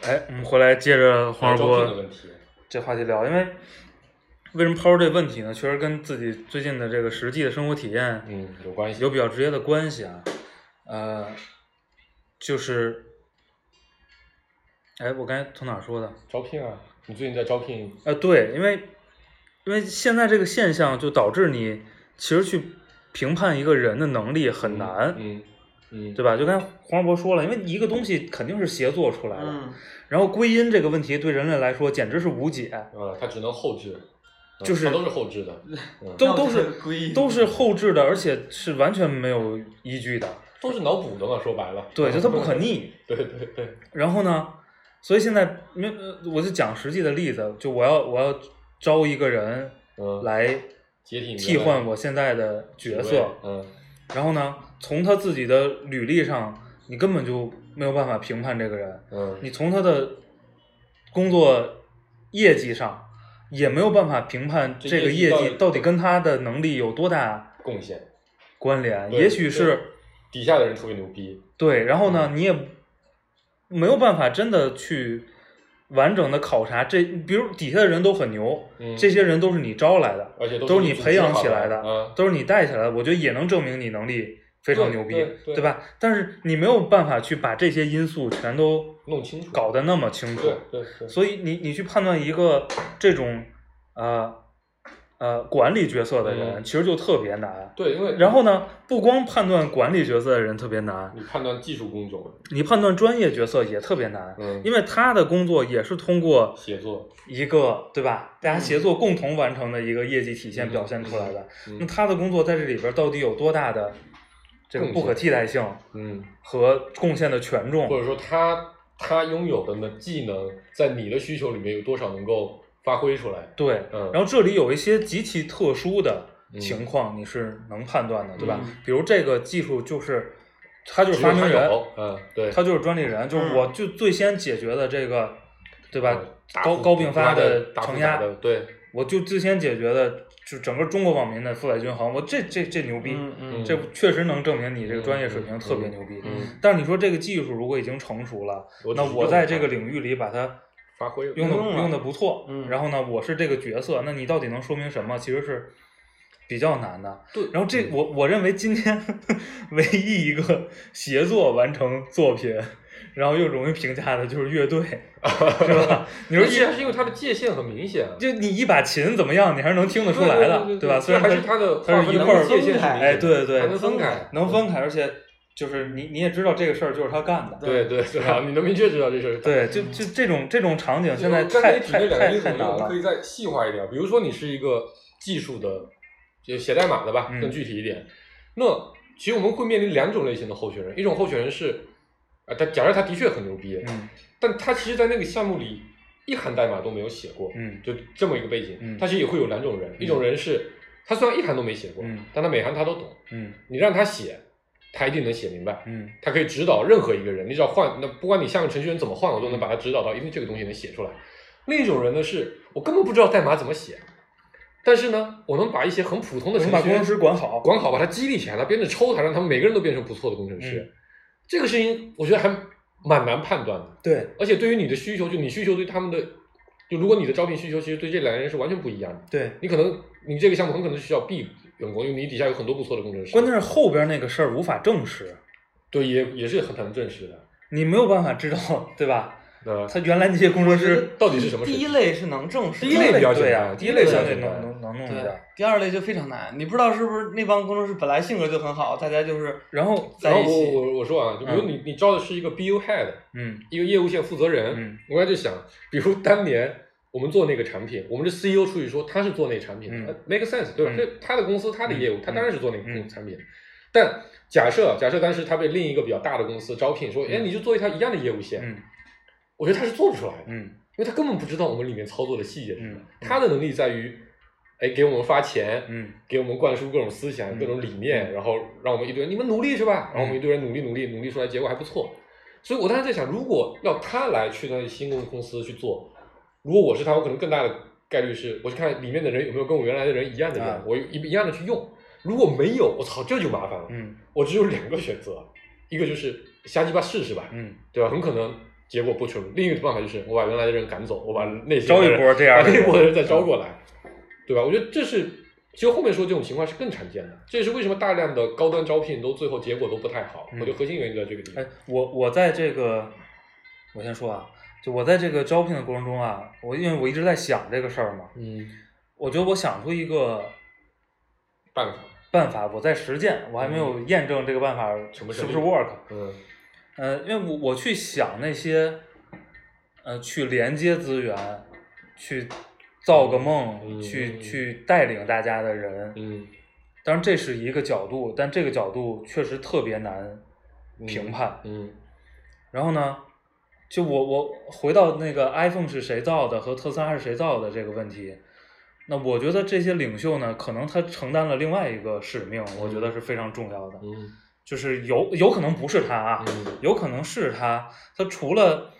S3: 哎，我们回来接着黄二
S5: 招聘的
S3: 波
S5: 问题，啊
S3: 这话题聊，因为为什么抛出这问题呢？确实跟自己最近的这个实际的生活体验，
S5: 嗯，有关系。
S3: 有比较直接的关系啊。呃，就是，哎，我刚才从哪儿说的？
S5: 招聘啊，你最近在招聘，
S3: 呃，对，因为因为现在这个现象就导致你其实去评判一个人的能力很难，
S5: 嗯嗯，
S3: 对吧？就刚才黄世博说了，因为一个东西肯定是协作出来的，
S4: 嗯，
S3: 然后归因这个问题对人类来说简直是无解，
S5: 呃，它只能后置，嗯
S3: 就是
S5: 它都是后置的，嗯
S3: 都
S4: 那
S3: 都
S4: 我
S3: 是
S4: 这个归因
S3: 都是后置的，而且是完全没有依据的，
S5: 都是脑补的嘛，说白了。
S3: 对，就它不可。逆。
S5: 嗯对对对，
S3: 然后呢，所以现在没有呃我就讲实际的例子，就我要我要招一个人
S5: 嗯，
S3: 来
S5: 接替你
S3: 替换我现在的角
S5: 职位
S3: 色，
S5: 嗯
S3: 然后呢，从他自己的履历上，你根本就没有办法评判这个人，
S5: 嗯
S3: 你从他的工作业绩上也没有办法评判
S5: 这
S3: 这个业
S5: 业绩到底
S3: 绩到底跟他的能力有多大
S5: 贡献，
S3: 关联，
S5: 对
S3: 也许是
S5: 底下的人特别牛逼，
S3: 对，然后呢，你也没有办法真的去完整的考察这，比如底下的人都很牛，
S5: 嗯
S3: 这些人都是你招来的，
S5: 而且都
S3: 都是你
S5: 你
S3: 培养起来
S5: 的，
S3: 的
S5: 啊，
S3: 都是你带起来的，我觉得也能证明你能力非常牛逼，
S5: 对对对
S3: 吧？但是你没有办法去把这些因素全都
S5: 弄清楚
S3: 搞得那么清楚
S5: 对，对对，
S3: 所以你你去判断一个这种呃呃管理角色的人，
S5: 嗯
S3: 其实就特别难。
S5: 对，因为
S3: 然后呢，不光判断管理角色的人特别难，
S5: 你判断技术工种，
S3: 你判断专业角色也特别难，
S5: 嗯，
S3: 因为他的工作也是通过
S5: 协嗯作
S3: 一个对吧，大家协作共同完成的一个业绩体现
S5: 嗯
S3: 表现出来的。
S5: 嗯
S3: 那他的工作在这里边到底有多大的这个
S5: 贡献
S3: 不可替代性
S5: 嗯，
S3: 和贡献的权重？
S5: 或者说他他拥有的呢技能，在你的需求里面有多少能够发挥出来？
S3: 对，
S5: 嗯
S3: 然后这里有一些极其特殊的情况，你是能判断的，对吧
S4: 嗯？
S3: 比如这个技术就是，他就是
S5: 只有
S3: 发明
S5: 他
S3: 人，
S5: 有嗯，对，
S3: 他就是专利人，就是
S4: 嗯
S3: 我就最先解决的这个，对吧
S5: 嗯？大
S3: 高
S5: 幅
S3: 高并发
S5: 的
S3: 的
S5: 大
S3: 承
S5: 幅
S3: 压
S5: 打，的，对，
S3: 我就最先解决的，就整个中国网民的覆盖均衡，我这这这牛逼，
S4: 嗯嗯，
S3: 这确实能证明你这个专业水平
S5: 嗯
S3: 特别牛逼。
S5: 嗯，
S3: 但是你说这个技术如果已经成熟了，
S5: 我
S3: 那
S5: 只是
S3: 我
S5: 用
S3: 在
S5: 它
S3: 这个领域里把它
S5: 发挥了
S3: 用的
S4: 能用啊
S3: 用的不错，
S4: 嗯
S3: 然后呢，我是这个角色，那你到底能说明什么？其实是比较难的。
S4: 对
S3: 然后
S5: 嗯
S3: 这我我认为今天 (laughs) 唯一一个协作完成作品，然后又容易评价的就是乐
S5: (laughs)
S3: 队，是吧？你说
S5: 而且还
S3: 一
S5: 是因为它的界限很明显，
S3: 就你一把琴怎么样，你还是能听得出来的，
S5: 对对对对
S3: 吧？
S5: 对
S3: 虽然
S5: 还
S3: 它
S5: 是它的
S3: 它
S5: 划
S3: 是
S5: 分
S3: 一
S5: 的
S3: 块儿
S5: 界限是
S4: 分开
S5: 明显的
S3: 哎对对
S5: 还能分开，
S3: 能分开，而且就是你你也知道这个事儿就是他干的，
S5: 对对对啊，你能明确知道这事儿。
S3: 对，就就这种这种场景现在
S5: 刚
S3: 太
S5: 才举
S3: 太
S5: 那两个
S3: 太
S5: 例子，
S3: 太难
S5: 我觉得我们
S3: 了
S5: 可，以再细化一点。比如说，你是一个技术的，就写代码的吧，
S3: 嗯
S5: 更具体一点。那其实我们会面临两种类型的候选人，一种候选人是，啊，他假设他的确很牛逼，
S3: 嗯
S5: 但他其实，在那个项目里一行代码都没有写过，
S3: 嗯
S5: 就这么一个背景。
S3: 嗯
S5: 他其实也会有两种人，一种人是他虽然一行都没写过，
S3: 嗯
S5: 但他每行他都懂。
S3: 嗯
S5: 你让他写，他一定能写明白。
S3: 嗯
S5: 他可以指导任何一个人，你只要换，那不管你下个程序员怎么换，我
S3: 嗯
S5: 都能把他指导到一定这个东西能写出来。另一种人呢，是我根本不知道代码怎么写，但是呢，我能把一些很普通的
S3: 我
S5: 程
S3: 们把
S5: 序
S3: 工程师管好，
S5: 管好，把它激励起来，他编着抽他，让他们每个人都变成不错的工程师。
S3: 嗯
S5: 这个事情我觉得还蛮难判断的，
S3: 对。
S5: 而且对于你的需求，就你需求对他们的，就如果你的招聘需求其实对这两个人是完全不一样的，
S3: 对，
S5: 你可能你这个项目很可能需要 B 员工，因为你底下有很多不错的工程师，
S3: 关键是后边那个事儿无法证实，
S5: 对也也是很难证实的。呃
S3: 你没有办法知道，对吧？
S5: 那
S3: 他原来那些工程师，
S5: 到底是什么水
S4: 第
S5: 平？
S4: 一类是能证实的，
S5: 第一类比较
S3: 对
S5: 简
S3: 呀，
S5: 单
S3: 第一类
S5: 第一类
S3: 相
S5: 比
S3: 对能
S5: 较简单
S3: 能能弄一
S4: 对
S3: 点。，
S4: 第二类就非常难，你不知道是不是那帮工程师本来性格就很好，大家就是
S3: 然后，
S4: 在
S5: 然后
S4: 一
S5: 我
S4: 起。
S5: 我我说啊，就比如你、你招的是一个 BU head，
S3: 嗯
S5: 一个业务线负责人，
S3: 嗯
S5: 我刚才就想，比如当年我们做那个产品，我们这 CEO 出去说他是做那个产品的、
S3: 嗯
S5: m a k e sense 对吧？
S3: 嗯
S5: 这他的公司他的业务，
S3: 嗯
S5: 他当然是做那个
S3: 嗯
S5: 产品。但假设假设当时他被另一个比较大的公司招聘，说，哎，
S3: 嗯
S5: 你就做一条一样的业务线，
S3: 嗯
S5: 我觉得他是做不出来的，
S3: 嗯
S5: 因为他根本不知道我们里面操作的细节是什么。
S3: 嗯
S5: 他的能力在于，哎，给我们发钱，
S3: 嗯
S5: 给我们灌输各种思
S3: 嗯
S5: 想、各种理念，然后让我们一堆人你们努力是吧？然后我们一堆人努力努力努力出来，结果还不错。所以我当时在想，如果要他来去那新公公司去做，如果我是他，我可能更大的概率是我去看里面的人有没有跟我原来的人一样的人，
S3: 啊
S5: 我一一样的去用。如果没有，我操，这就麻烦了。
S3: 嗯
S5: 我只有两个选择，一个就是瞎鸡巴试试吧，
S3: 嗯，
S5: 对吧？很可能结果不成。另一个办法就是我把原来的人赶走，我把那些
S3: 招一
S5: 人
S3: 波这
S5: 把
S3: 样的
S5: 那一波
S3: 人，
S5: 人再招过来，对吧？我觉得这是，其实后面说这种情况是更常见的，这也是为什么大量的高端招聘都最后结果都不太好。
S3: 嗯
S5: 我觉得核心原因就在这个地方
S3: 哎。，我我在这个，我先说啊，就我在这个招聘的过程中啊，我因为我一直在想这个事儿嘛，
S5: 嗯，
S3: 我觉得我想出一个
S5: 办法，
S3: 办法，我在实践，我还没
S5: 嗯
S3: 有验证这个办法是
S5: 成
S3: 不
S5: 不
S3: 是
S5: 成立
S3: work。
S5: 嗯
S3: 呃，因为我我去想那些，呃，去连接资源，去造个梦，
S5: 嗯
S3: 去
S5: 嗯
S3: 去带领大家的人，
S5: 嗯，
S3: 当然这是一个角度，但这个角度确实特别难
S5: 嗯
S3: 评判。
S5: 嗯
S3: 然后呢，就我我回到那个 iPhone 是谁造的和特斯拉是谁造的这个问题，那我觉得这些领袖呢，可能他承担了另外一个使命，我觉得是非常重要的，
S5: 嗯
S3: 就是有有可能不是他啊，
S5: 嗯
S3: 有可能是他，他除了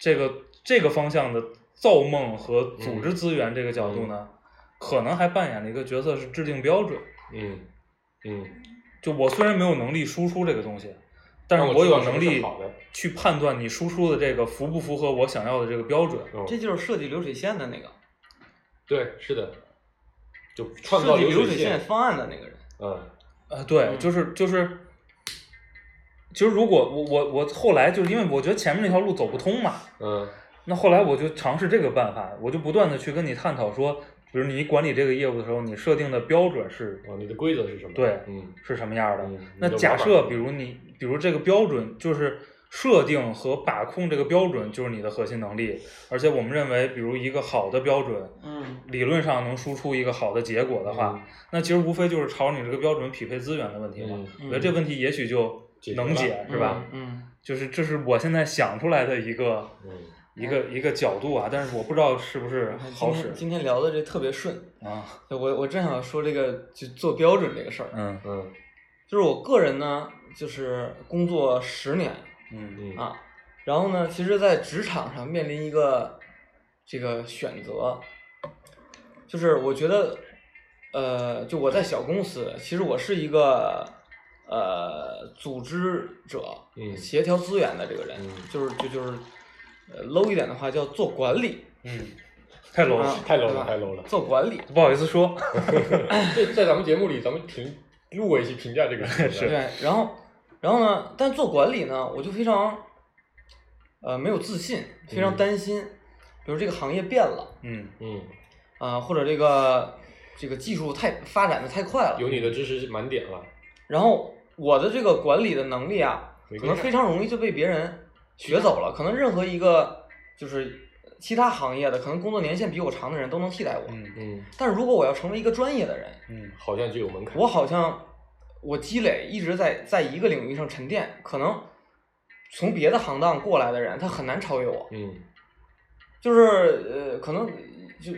S3: 这个这个方向的造梦和组织资源这个角度呢，可能还扮演了一个角色是制定标准。
S5: 嗯嗯，
S3: 就我虽然没有能力输出这个东西，但是
S5: 但我知道
S3: 有能
S5: 什么是
S3: 力
S5: 好的
S3: 去判断你输出的这个符不符合我想要的这个标准。
S5: 哦
S4: 这就是设计流水线的那个，
S5: 对，是的，就创造
S4: 设计
S5: 流
S4: 流水线
S5: 线。
S4: 方案的那个人。
S5: 嗯
S3: 啊，对，
S4: 嗯
S3: 就是就是其实如果我我我后来就是因为我觉得前面那条路走不通嘛，
S5: 嗯
S3: 那后来我就尝试这个办法，我就不断的去跟你探讨说，比如你管理这个业务的时候，你设定的标准是
S5: 啊，你的规则是什么？
S3: 对
S5: 嗯，
S3: 是什么样的？
S5: 嗯
S3: 那
S5: 你的
S3: 假
S5: 玩法
S3: 设比如你，比如这个标准就是设定和把控这个标准就是你的核心能力，而且我们认为，比如一个好的标准，
S4: 嗯
S3: 理论上能输出一个好的结果的话，那其实无非就是朝你这个标准匹配资源的问题嘛。
S5: 嗯
S3: 我觉得这问题也许就
S5: 解决
S3: 能
S5: 了
S3: 解，是吧？
S4: 嗯，
S3: 就是这是我现在想出来的一个
S5: 嗯，
S3: 一个一个角度啊，但是我不知道是不是
S4: 嗯看今
S3: 好使
S4: 天今天聊的这特别顺，
S3: 啊。
S4: 我我正想说这个就做标准这个事儿，
S3: 嗯
S5: 嗯
S4: 就是我个人呢，就是工作十年
S3: 嗯
S5: 嗯
S4: 啊，然后呢，其实，在职场上面临一个这个选择，就是我觉得，呃，就我在小公司，其实我是一个呃组织者，
S5: 嗯
S4: 协调资源的这个人，
S5: 嗯
S4: 就是就就是呃 low 一点的话叫做管理，
S3: 嗯，太 low
S4: 啊
S3: 了，
S5: 太 low
S4: 对
S5: 了
S4: 吧
S5: 太 low 了
S4: 做管理，
S3: 不好意思说。
S4: (laughs)
S5: 这在咱们节目里，咱们评录过一期评价这个 (laughs) 事
S3: 是
S5: 情
S4: 对，然后，然后呢？但做管理呢，我就非常，呃，没有自信，非常
S5: 嗯
S4: 担心。比如这个行业变了
S3: 嗯
S5: 嗯，
S4: 啊、或者这个这个技术太发展的太快了。
S5: 有你的知识是满点了，
S4: 然后我的这个管理的能力啊，
S5: 没嗯
S4: 可
S5: 跟
S4: 能
S5: 上
S4: 非常容易就被别人学走了。可能任何一个就是其他行业的，可能工作年限比我长的人都能替代我。
S3: 嗯
S5: 嗯，
S4: 但是如果我要成为一个专业的人，
S3: 嗯
S5: 好像就有门槛。
S4: 我好像我积累一直在在一个领域上沉淀，可能从别的行当过来的人，他很难超越我。
S5: 嗯
S4: 就是呃，可能就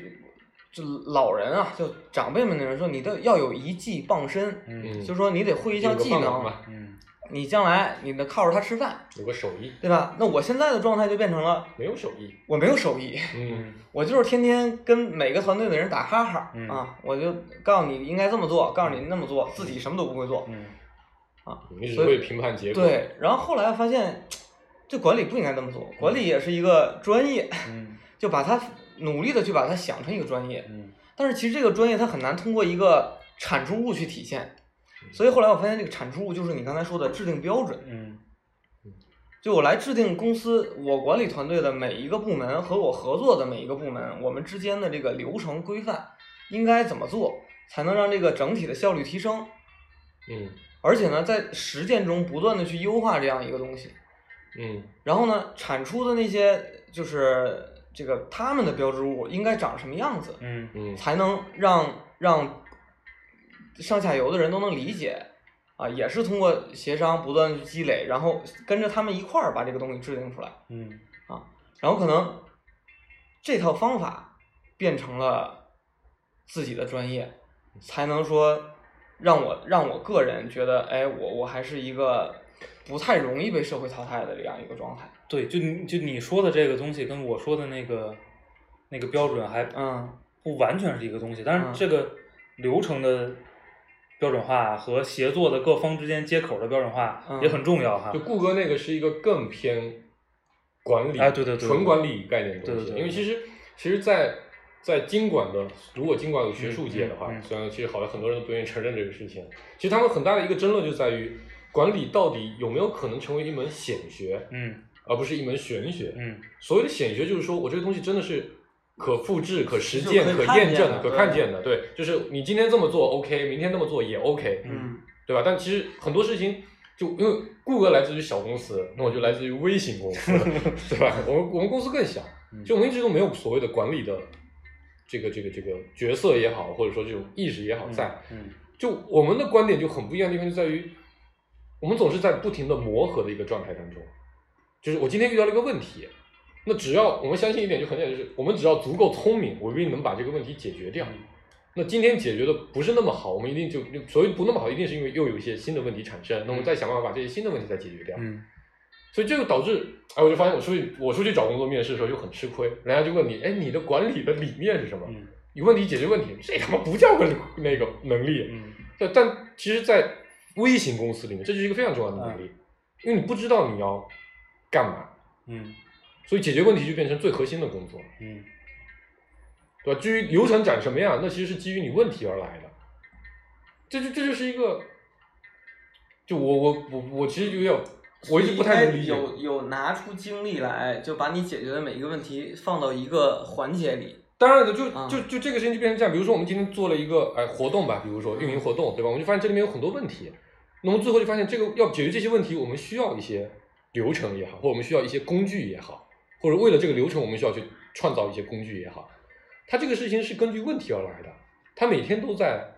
S4: 就老人啊，就长辈们的人说，你都要有一技傍身，
S3: 嗯
S5: 嗯，
S4: 就是说你得会一项技能，
S5: 嘛，
S3: 嗯
S4: 你将来你能靠着它吃饭，
S5: 有个手艺，
S4: 对吧？那我现在的状态就变成了
S5: 没有手艺，
S4: 我没有手艺，
S5: 嗯
S4: 我就是天天跟每个团队的人打哈哈、
S3: 嗯
S4: 啊，我就告诉你应该这么做，告诉你那么做，自己什么都不会做。
S3: 嗯
S5: 嗯你只
S4: 所以
S5: 会评判结果，
S4: 对，然后后来发现，这管理不应该这么做，管理也是一个专业，
S3: 嗯
S4: (laughs) 就把它努力的去把它想成一个专业，
S3: 嗯
S4: 但是其实这个专业它很难通过一个产出物去体现，
S5: 嗯
S4: 所以后来我发现这个产出物就是你刚才说的制定标准，
S3: 嗯
S4: 就我来制定公司我管理团队的每一个部门和我合作的每一个部门，我们之间的这个流程规范应该怎么做，才能让这个整体的效率提升，
S5: 嗯
S4: 而且呢，在实践中不断的去优化这样一个东西。
S5: 嗯
S4: 然后呢，产出的那些就是这个他们的标志物应该长什么样子，
S3: 嗯
S5: 嗯
S4: 才能让让上下游的人都能理解啊，也是通过协商不断地积累，然后跟着他们一块儿把这个东西制定出来，
S3: 嗯
S4: 然后可能这套方法变成了自己的专业，才能说让我让我个人觉得，哎，我我还是一个不太容易被社会淘汰的这样一个状态，
S3: 对，就你就你说的这个东西跟我说的那个那个标准还
S4: 嗯。
S3: 不完全是一个东西，但
S4: 嗯
S3: 是这个流程的标准化和协作的各方之间接口的标准化
S4: 嗯
S3: 也很重要哈
S5: 就。顾哥那个是一个更偏管理
S3: 哎对对对对
S5: 纯管理概念的东西，
S3: 对对对
S5: 因为其实其实在，在经管的，如果经管有学术界的话，
S3: 嗯嗯嗯
S5: 虽然其实好像很多人都不愿意承认这个事情，其实他们很大的一个争论就在于，管理到底有没有可能成为一门显学，
S3: 嗯
S5: 而不是一门玄学。
S3: 嗯
S5: 所谓的显学，就是说我这个东西真的是可复制、可实
S4: 就
S5: 践、
S4: 可以
S5: 可
S4: 看
S5: 验
S4: 见
S5: 证
S4: 的
S5: 的、可
S4: 对
S5: 看见的。对，就是你今天这么做 OK，明天这么做也 OK。
S4: 嗯
S5: 对吧？但其实很多事情，就因为顾哥来自于小公司，那我就来自于微型公司， (laughs) 对吧？我们我们公司更小，
S3: 嗯
S5: 就我们一直都没有所谓的管理的这个这个这个角色也好，或者说这种意识也好在。
S3: 嗯
S5: 就我们的观点就很不一样的地方就在于，我们总是在不停的磨合的一个状态当中。就是我今天遇到了一个问题，那只要我们相信一点就很简单，就是我们只要足够聪明，我一定能把这个问题解决
S3: 嗯
S5: 掉。那今天解决的不是那么好，我们一定就就所谓不那么好，一定是因为又有一些新的问题产生，那我们再想办法把这些新的问题再解决掉。
S3: 嗯
S5: 所以这就导致，哎，我就发现我出去我出去找工作面试的时候就很吃亏，人家就问你，哎，你的管理的理念是什么？
S3: 嗯
S5: 你问题解决问题，这他妈不叫个那个能力。
S3: 嗯
S5: 对，但其实，在微型公司里面，这就是一个非常重要的能力，因为你不知道你要干嘛，
S3: 嗯
S5: 所以解决问题就变成最核心的工作，
S3: 嗯
S5: 对吧？至于流程长什么样，那其实是基于你问题而来的，这就这就是一个，就我我我我其实有点我一直不太能理解
S4: 所以应该有有拿出精力来，就把你解决的每一个问题放到一个环节里。
S5: 当然了，就
S4: 啊
S5: 就就这个事情就变成这样。比如说，我们今天做了一个哎活动吧，比如说运营活动，对吧？我们就发现这里面有很多问题，那么最后就发现这个要解决这些问题，我们需要一些流程也好，或者我们需要一些工具也好，或者为了这个流程，我们需要去创造一些工具也好。它这个事情是根据问题而来的，它每天都在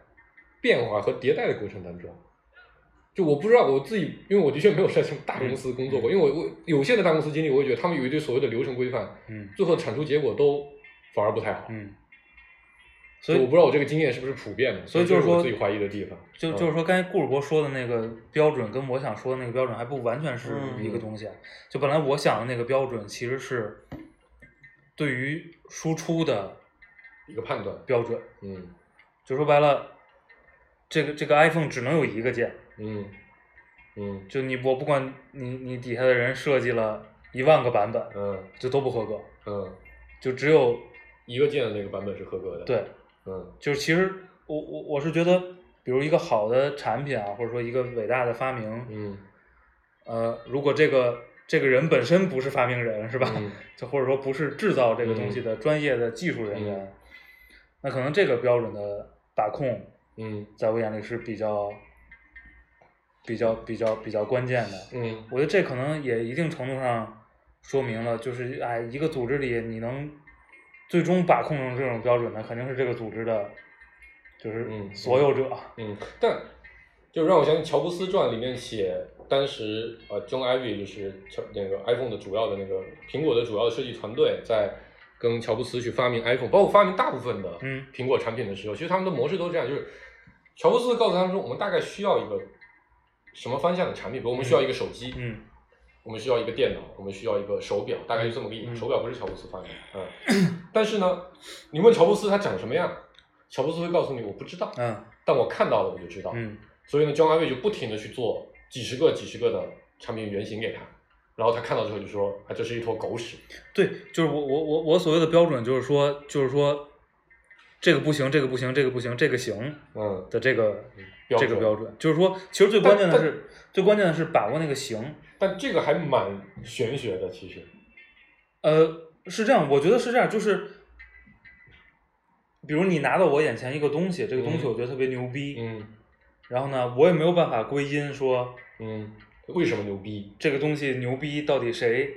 S5: 变化和迭代的过程当中。就我不知道我自己，因为我的确没有在什么大公司工作过，因为我我有限的大公司经历，我也觉得他们有一堆所谓的流程规范，
S3: 嗯
S5: 最后产出结果都反而不太好。
S3: 嗯，所
S5: 所以我
S3: 以
S5: 不知道我这个经验是不是普遍的，
S3: 所以就
S5: 这
S3: 是是说
S5: 我自己怀疑的地方。
S3: 就
S5: 嗯
S3: 就是说，刚才顾主播说的那个标准跟我想说的那个标准还不完全是
S4: 嗯
S3: 一个东西啊。就本来我想的那个标准其实是对于输出的
S5: 一个判断，
S3: 标准，
S5: 嗯
S3: 就说白了，这个这个 iPhone 只能有一个键，
S5: 嗯嗯
S3: 就你我不管你你底下的人设计了一万个版本，
S5: 嗯
S3: 就都不合格，
S5: 嗯，
S3: 就只有
S5: 一个键的那个版本是合格的。，
S3: 对，
S5: 嗯
S3: 就是其实我我我是觉得，比如一个好的产品啊，或者说一个伟大的发明，
S5: 嗯
S3: 呃，如果这个这个人本身不是发明人是吧？
S5: 嗯
S3: 就或者说不是制造这个东西的专业的技术人员，
S5: 嗯
S3: 那可能这个标准的把控，
S5: 嗯
S3: 在我眼里是比较比较比较比较关键的。
S5: 嗯
S3: 我觉得这可能也一定程度上说明了，就是哎，一个组织里你能最终把控成这种标准的，肯定是这个组织的，就是
S5: 嗯
S3: 所有者。
S5: 嗯，但就让我想起《乔布斯传》里面写，当时呃，John Ivy 就是乔那个 iPhone 的主要的那个苹果的主要的设计团队在跟乔布斯去发明 iPhone，包括发明大部分的
S3: 嗯
S5: 苹果产品的时候，其实他们的模式都是这样，就是乔布斯告诉他们说，我们大概需要一个什么方向的产品，比如我们需要一个手机，
S3: 嗯
S5: 我们需要一个电脑，我们需要一个手表，大概就这么个意思。
S3: 嗯
S5: 手表不是乔布斯发明的，嗯，但是呢，你问乔布斯他长什么样，乔布斯会告诉你我不知道，
S3: 嗯
S5: 但我看到了我就知道，
S3: 嗯
S5: 所以呢，John Ivy 就不停的去做几十个、几十个的产品原型给他，然后他看到之后就说啊，这是一坨狗屎，
S3: 对，就是我我我我所谓的标准，就是说就是说这个不行，这个不行，这个不行，这个行
S5: 嗯，
S3: 的这个
S5: 标
S3: 这个
S5: 准
S3: 标准，就是说，其实最关键的
S5: 但
S3: 是最关键的是把握那个行。
S5: 但这个还蛮玄学的，其实，
S3: 呃，是这样，我觉得是这样，就是。比如你拿到我眼前一个东西，这个东西
S5: 嗯
S3: 我觉得特别牛逼，
S5: 嗯
S3: 然后呢，我也没有办法归因说
S5: 嗯，为什么牛逼？
S3: 这个东西牛逼到底谁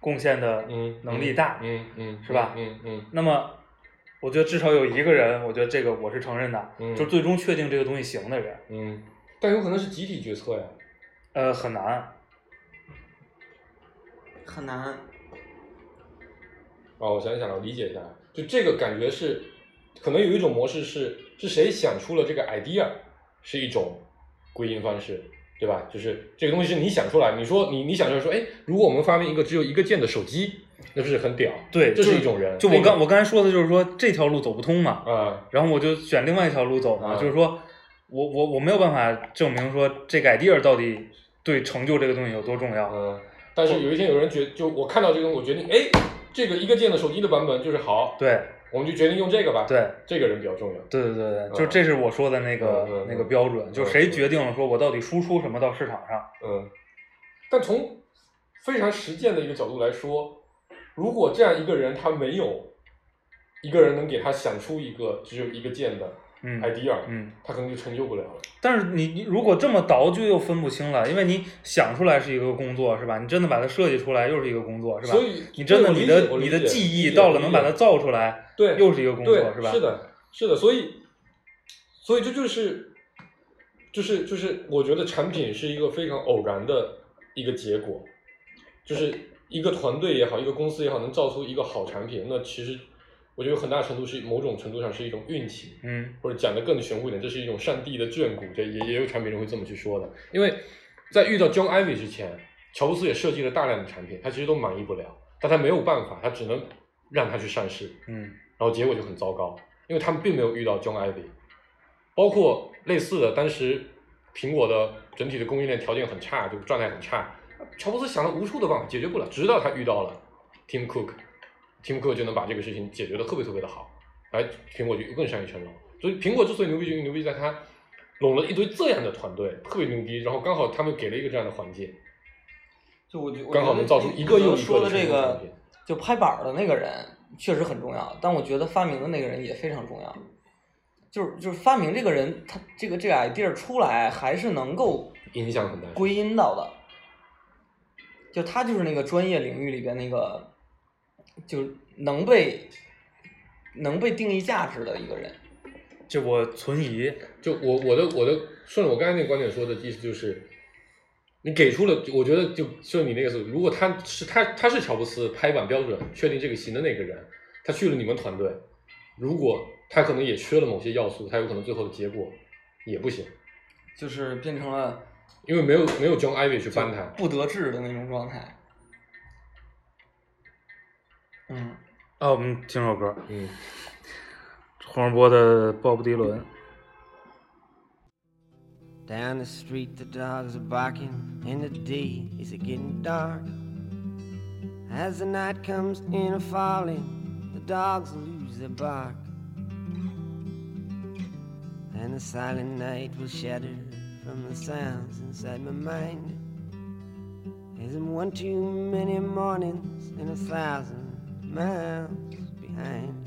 S3: 贡献的
S5: 嗯，
S3: 能力大。
S5: 嗯嗯，
S3: 是吧
S5: 嗯嗯
S3: 那么，我觉得至少有一个人，我觉得这个我是承认的，
S5: 嗯
S3: 就是最终确定这个东西行的人，
S5: 嗯，但有可能是集体决策呀，
S3: 呃，很难。
S4: 很难。
S5: 哦，我想想，我理解一下，就这个感觉是，可能有一种模式是，是谁想出了这个 idea，是一种归因方式，对吧？就是这个东西是你想出来，你说你你想出来说，哎，如果我们发明一个只有一个键的手机，那不是很屌？
S3: 对，
S5: 这
S3: 就是
S5: 一种人。
S3: 就我
S5: 那个
S3: 刚我刚才说的就是说这条路走不通嘛，
S5: 啊，
S3: 然后我就选另外一条路走嘛，
S5: 嗯
S3: 就是说我我我没有办法证明说这个 idea 到底对成就这个东西有多重要。
S5: 嗯，但是有一天有人决，就我看到这个东西，我决定，哎，这个一个键的手机的版本就是好，
S3: 对
S5: 我们就决定用这个吧。，
S3: 对
S5: 这个人比较重要。
S3: 对对对对，
S5: 嗯
S3: 就这是我说的那个、
S5: 嗯嗯嗯
S3: 那个标准，就谁决定了说我到底输出什么到市场上？
S5: 嗯，但从非常实践的一个角度来说，如果这样一个人他没有一个人能给他想出一个只有一个键的
S3: 嗯
S5: idea，、
S3: 嗯，
S5: 他可能就成就不了了。
S3: 但是你你如果这么倒就又分不清了，因为你想出来是一个工作是吧？你真的把它设计出来又是一个工作是吧
S5: 所？以
S3: 你真的
S5: 对我
S3: 你
S5: 理
S3: 的
S5: 解我理
S3: 你
S5: 解
S3: 的技
S5: 理
S3: 艺
S5: 解
S3: 到
S5: 我
S3: 了
S5: 理
S3: 能把
S5: 解
S3: 它造出来，
S5: 对，
S3: 又是一个工作
S5: 对
S3: 是吧？
S5: 的，是的，所以，所以这就是，就是就是，我觉得产品是一个非常偶然的一个结果，就是一个团队也好，一个公司也好，能造出一个好产品，那其实我觉得很大程度是某种程度上是一种运气。
S3: 嗯
S5: 或者讲的更玄乎一点，这是一种上帝的眷顾，这也也有产品人会这么去说的。因为在遇到 John Ivy 之前，乔布斯也设计了大量的产品，他其实都满意不了，但他没有办法，他只能让他去上市，
S3: 嗯
S5: 然后结果就很糟糕，因为他们并没有遇到 John Ivy，包括类似的，当时苹果的整体的供应链条件很差，就状态很差，乔布斯想了无数的办法解决不了，直到他遇到了 Tim Cook，Tim Cook 就能把这个事情解决的特别特别的好，哎，苹果就更上一层楼。所以苹果之所以牛逼，就牛逼在它拢了一堆这样的团队，特别牛逼，然后刚好他们给了一个这样的环境，
S4: 就我觉我觉得
S5: 刚好能造出一个又一个
S4: 你说的
S5: 成
S4: 这
S5: 功的
S4: 个
S5: 产品。
S4: 就拍板儿的那个人确实很重要，但我觉得发明的那个人也非常重要。就是就是发明这个人，他这个这个 idea 出来还是能够
S5: 影响很大。
S4: 归因到的，就他就是那个专业领域里边那个，就能被能被定义价值的一个人。
S3: 这我存疑。
S5: 就我我的我的顺着我刚才那个观点说的意思就是，你给出了，我觉得就顺着你那个思路，如果他是他他是乔布斯拍板标准确定这个行的那个人，他去了你们团队，如果他可能也缺了某些要素，他有可能最后的结果也不行，
S4: 就是变成了
S5: 因为没有没有 John Ivy 去帮他。
S4: 不得志的那种状态。嗯，
S3: 啊，我们听首歌，
S5: 嗯，
S3: 黄渤的《鲍勃迪伦》。
S6: Down the street, the dogs are barking, and the day is a getting dark. As the night comes in a falling, the dogs lose their bark. And the silent night will shatter from the sounds inside my mind. As I'm one too many mornings and a thousand miles behind.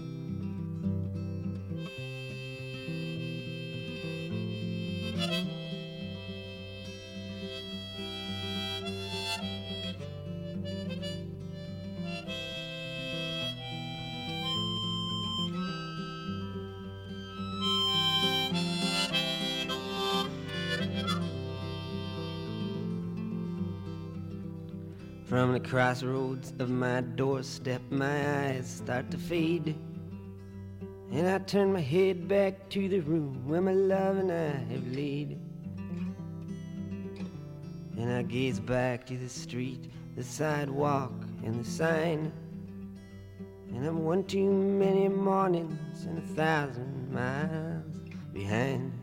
S6: From the crossroads of my doorstep, my eyes start to fade. And I turn my head back to the room where my love and I have laid. And I gaze back to the street, the sidewalk, and the sign. And I'm one too many mornings and a thousand miles behind.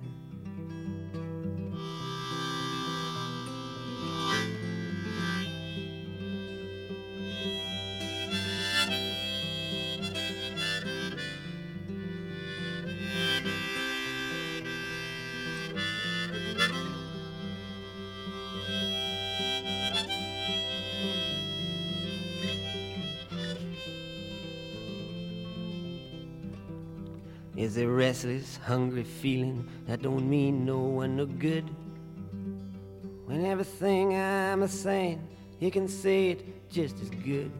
S6: is a restless, hungry feeling that don't mean no one no good. When everything I'm a saying, you can say it just as good.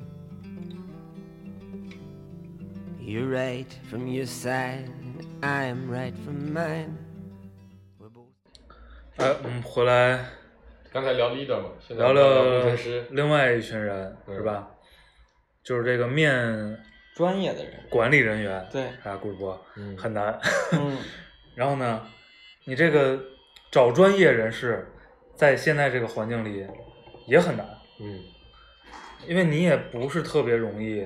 S6: You're right from your side, and I am right from mine. We're both
S3: 哎，我们回来
S5: 刚才聊 leader 嘛，现在
S3: 聊
S5: 聊
S3: 聊
S5: 工程师，
S3: 另外一群人，
S5: 嗯
S3: 是吧？就是这个面
S4: 专业的人，
S3: 管理人员，
S5: (laughs)
S4: 对
S3: 啊，顾主播
S5: 嗯
S3: 很难。
S4: 嗯，
S3: 然后呢，你这个找专业人士，在现在这个环境里也很难，
S5: 嗯，
S3: 因为你也不是特别容易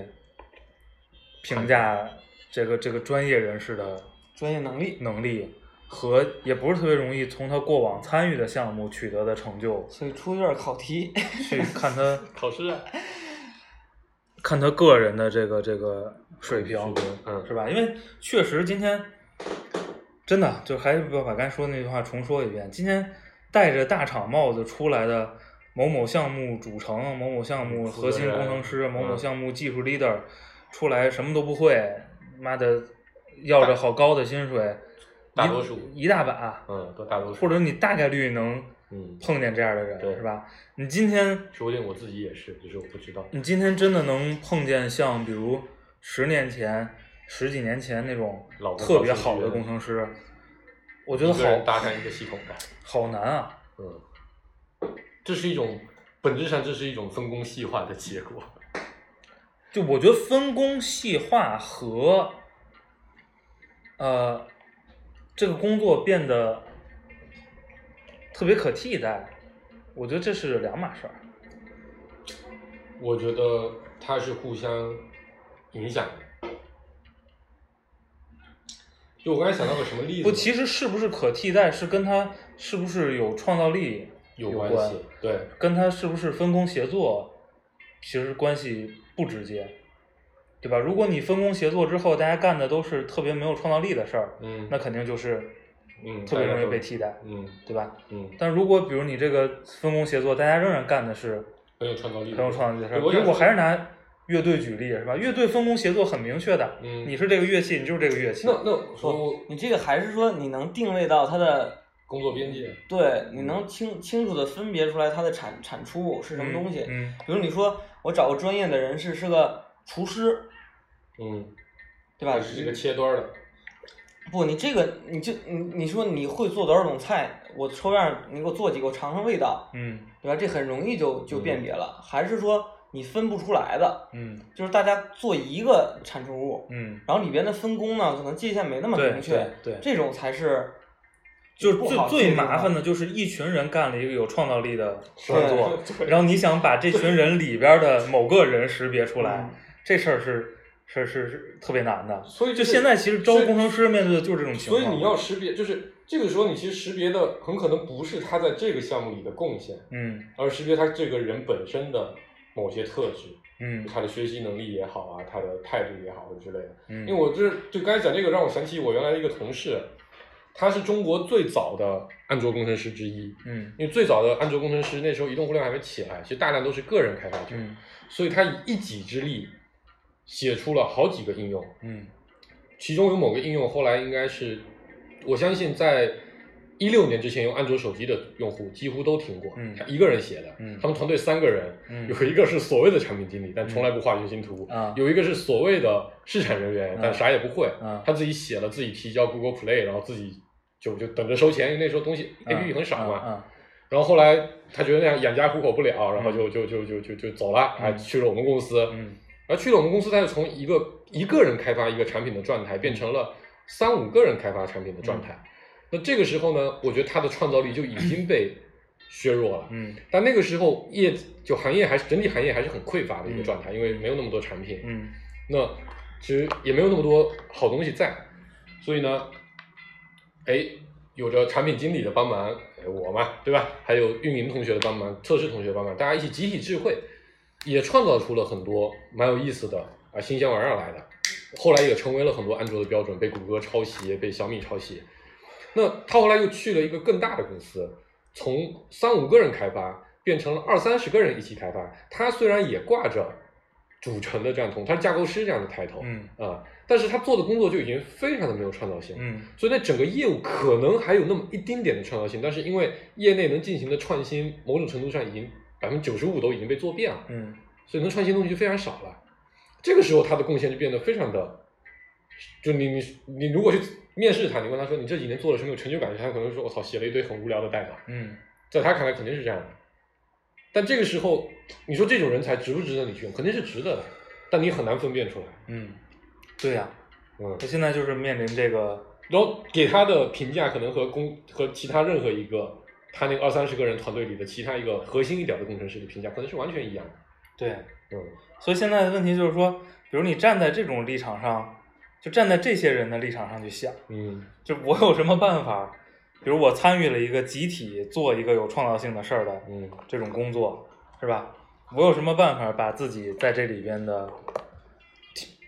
S3: 评价这个这个专业人士的
S4: 专业能力，
S3: 能力和也不是特别容易从他过往参与的项目取得的成就
S4: 所以出院考题，
S3: 去看他
S5: 考试啊，
S3: 看他个人的这个这个水平，
S5: 嗯
S3: 是吧？因为确实今天真的就还是把把刚才说的那句话重说一遍，今天戴着大厂帽子出来的某某项目主程、某某项目核心工程师、
S5: 嗯
S3: 某某项目技术 leader 出来什么都不会，妈的要着好高的薪水，
S5: 大
S3: 一
S5: 多数
S3: 一大把，
S5: 嗯，都大多数，
S3: 或者你大概率能
S5: 嗯，
S3: 碰见这样的人，
S5: 对
S3: 是吧？你今天
S5: 说不定我自己也是，只是我不
S3: (laughs)
S5: 知道。
S3: 你今天真的能碰见像比如十年前、十几年前那种
S5: 老工程师
S3: 特别好的工程师，我觉得
S5: 一个人
S3: 好
S5: 搭上一个系统的，
S3: 好难啊！
S5: 嗯，这是一种本质上这是一种分工细化的结果。
S3: 就我觉得分工细化和呃这个工作变得特别可替代，我觉得这是两码事儿。
S5: 我觉得它是互相影响的。就我刚才想到个什么例子
S3: 不，
S5: 呢，
S3: 其实是不是可替代是跟他是不是有创造力
S5: 有
S3: 关
S5: 关系，对，
S3: 跟他是不是分工协作，其实关系不直接，对吧？如果你分工协作之后，大家干的都是特别没有创造力的事儿，
S5: 嗯，
S3: 那肯定就是
S5: 嗯，
S3: 特别容易被
S5: 大家
S3: 替代，
S5: 都，嗯
S3: 对吧？
S5: 嗯
S3: 但如果比如你这个分工协作，大家仍然干的是
S5: 很有创造力的，
S3: 很有创造力的。
S5: 我
S3: 因为
S5: 也
S3: 我还是拿乐队举例，是吧？乐队分工协作很明确的，
S5: 嗯
S3: 你是这个乐器，你就是这个乐器。
S5: 那
S4: (laughs)
S5: 那我说
S4: 不，你这个还是说你能定位到它的，
S5: 工作边界，
S4: 对，你能清清楚的分别出来它的产产出是什么东西。
S3: 嗯，
S4: 比如你说我找个专业的人士是个厨师，
S5: 嗯，
S4: 对吧？
S5: 是这个切端的，
S4: 不，你这个你就你你说你会做多少种菜？我抽样你给我做几个，我尝尝味道，
S3: 嗯
S4: 对吧？这很容易就就辨别了。还是说你分不出来的，
S3: 嗯
S4: 就是大家做一个产出物，
S3: 嗯，
S4: 然后里边的分工呢，可能界限没那么
S3: 对
S4: 明确，
S3: 对对
S4: 这种才是
S3: 就是
S4: 不好
S3: 最最
S4: 界定
S3: 麻烦
S4: 的
S3: 的就是一群人干了一个有创造力的
S4: 对
S3: 工作， (laughs) 然后你想把这群人里边的某个人识别出
S5: 嗯
S3: 来，
S4: 嗯
S3: 这事儿是是是是特别难的。
S5: 所以
S3: 就
S5: 这
S3: 现在其实招
S5: 所以
S3: 工程师面对的就是这种情
S5: 所
S3: 况。
S5: 以你要识别，就是这个时候你其实识别的很可能不是他在这个项目里的贡献，
S3: 嗯
S5: 而识别他这个人本身的某些特质，
S3: 嗯
S5: 他的学习能力也好啊，他的态度也好啊之类的。
S3: 嗯，
S5: 因为我这就刚才讲这个，让我想起我原来的一个同事，他是中国最早的安卓工程师之一。
S3: 嗯
S5: 因为最早的安卓工程师那时候移动互联网还没起来，其实大量都是个人开发者，
S3: 嗯
S5: 所以他以一己之力写出了好几个应用，
S3: 嗯
S5: 其中有某个应用后来应该是，我相信在一六年之前用安卓手机的用户几乎都听过，
S3: 嗯
S5: 他一个人写的，
S3: 嗯
S5: 他们团队三个人，
S3: 嗯
S5: 有一个是所谓的产品经理，但从来不画原型图，
S3: 啊
S5: 有一个是所谓的市场人员，
S3: 啊
S5: 但啥也不会，
S3: 啊
S5: 他自己写了，自己提交 Google Play，然后自己就就等着收钱，因为那时候东西 A P P 很少嘛，
S3: 啊
S5: 然后后来他觉得那样养家糊口不了，然后就就就就就就走了，
S3: 嗯
S5: 还去了我们公司，
S3: 嗯
S5: 然后去了我们公司，他就从一个一个人开发一个产品的状态，变成了三五个人开发产品的状态。
S3: 嗯
S5: 那这个时候呢，我觉得他的创造力就已经被削弱了。
S3: 嗯
S5: 但那个时候业就行业还是整体行业还是很匮乏的一个状态，因为没有那么多产品，
S3: 嗯
S5: 那其实也没有那么多好东西在，所以呢，哎，有着产品经理的帮忙，哎我嘛，对吧？还有运营同学的帮忙，测试同学的帮忙，大家一起集体智慧，也创造出了很多蛮有意思的啊新鲜玩意儿来的。后来也成为了很多安卓的标准，被谷歌抄袭，被小米抄袭。那他后来又去了一个更大的公司，从三五个人开发变成了二三十个人一起开发。他虽然也挂着主程的这样同，他是架构师这样的抬头，
S3: 嗯
S5: 啊，但是他做的工作就已经非常的没有创造性，
S3: 嗯
S5: 所以那整个业务可能还有那么一丁点的创造性，但是因为业内能进行的创新，某种程度上已经百分之九十五都已经被做遍了，
S3: 嗯
S5: 所以能创新的东西就非常少了。这个时候他的贡献就变得非常的，就你你你如果去面试他，你问他说你这几年做了什么有成就感，他可能说我操写了一堆很无聊的代码，
S3: 嗯
S5: 在他看来肯定是这样的。但这个时候你说这种人才值不值得你去用，肯定是值得的，但你很难分辨出来，
S3: 嗯，对呀、
S5: 嗯
S3: 我。现在就是面临这个，
S5: 然后给他的评价可能和工和其他任何一个他那个二三十个人团队里的其他一个核心一点的工程师的评价可能是完全一样的。
S3: 对，
S5: 嗯，
S3: 所以现在的问题就是说，比如你站在这种立场上，就站在这些人的立场上去想，
S5: 嗯，
S3: 就我有什么办法？比如我参与了一个集体做一个有创造性的事儿的
S5: 嗯，
S3: 这种工作，是吧？我有什么办法把自己在这里边的，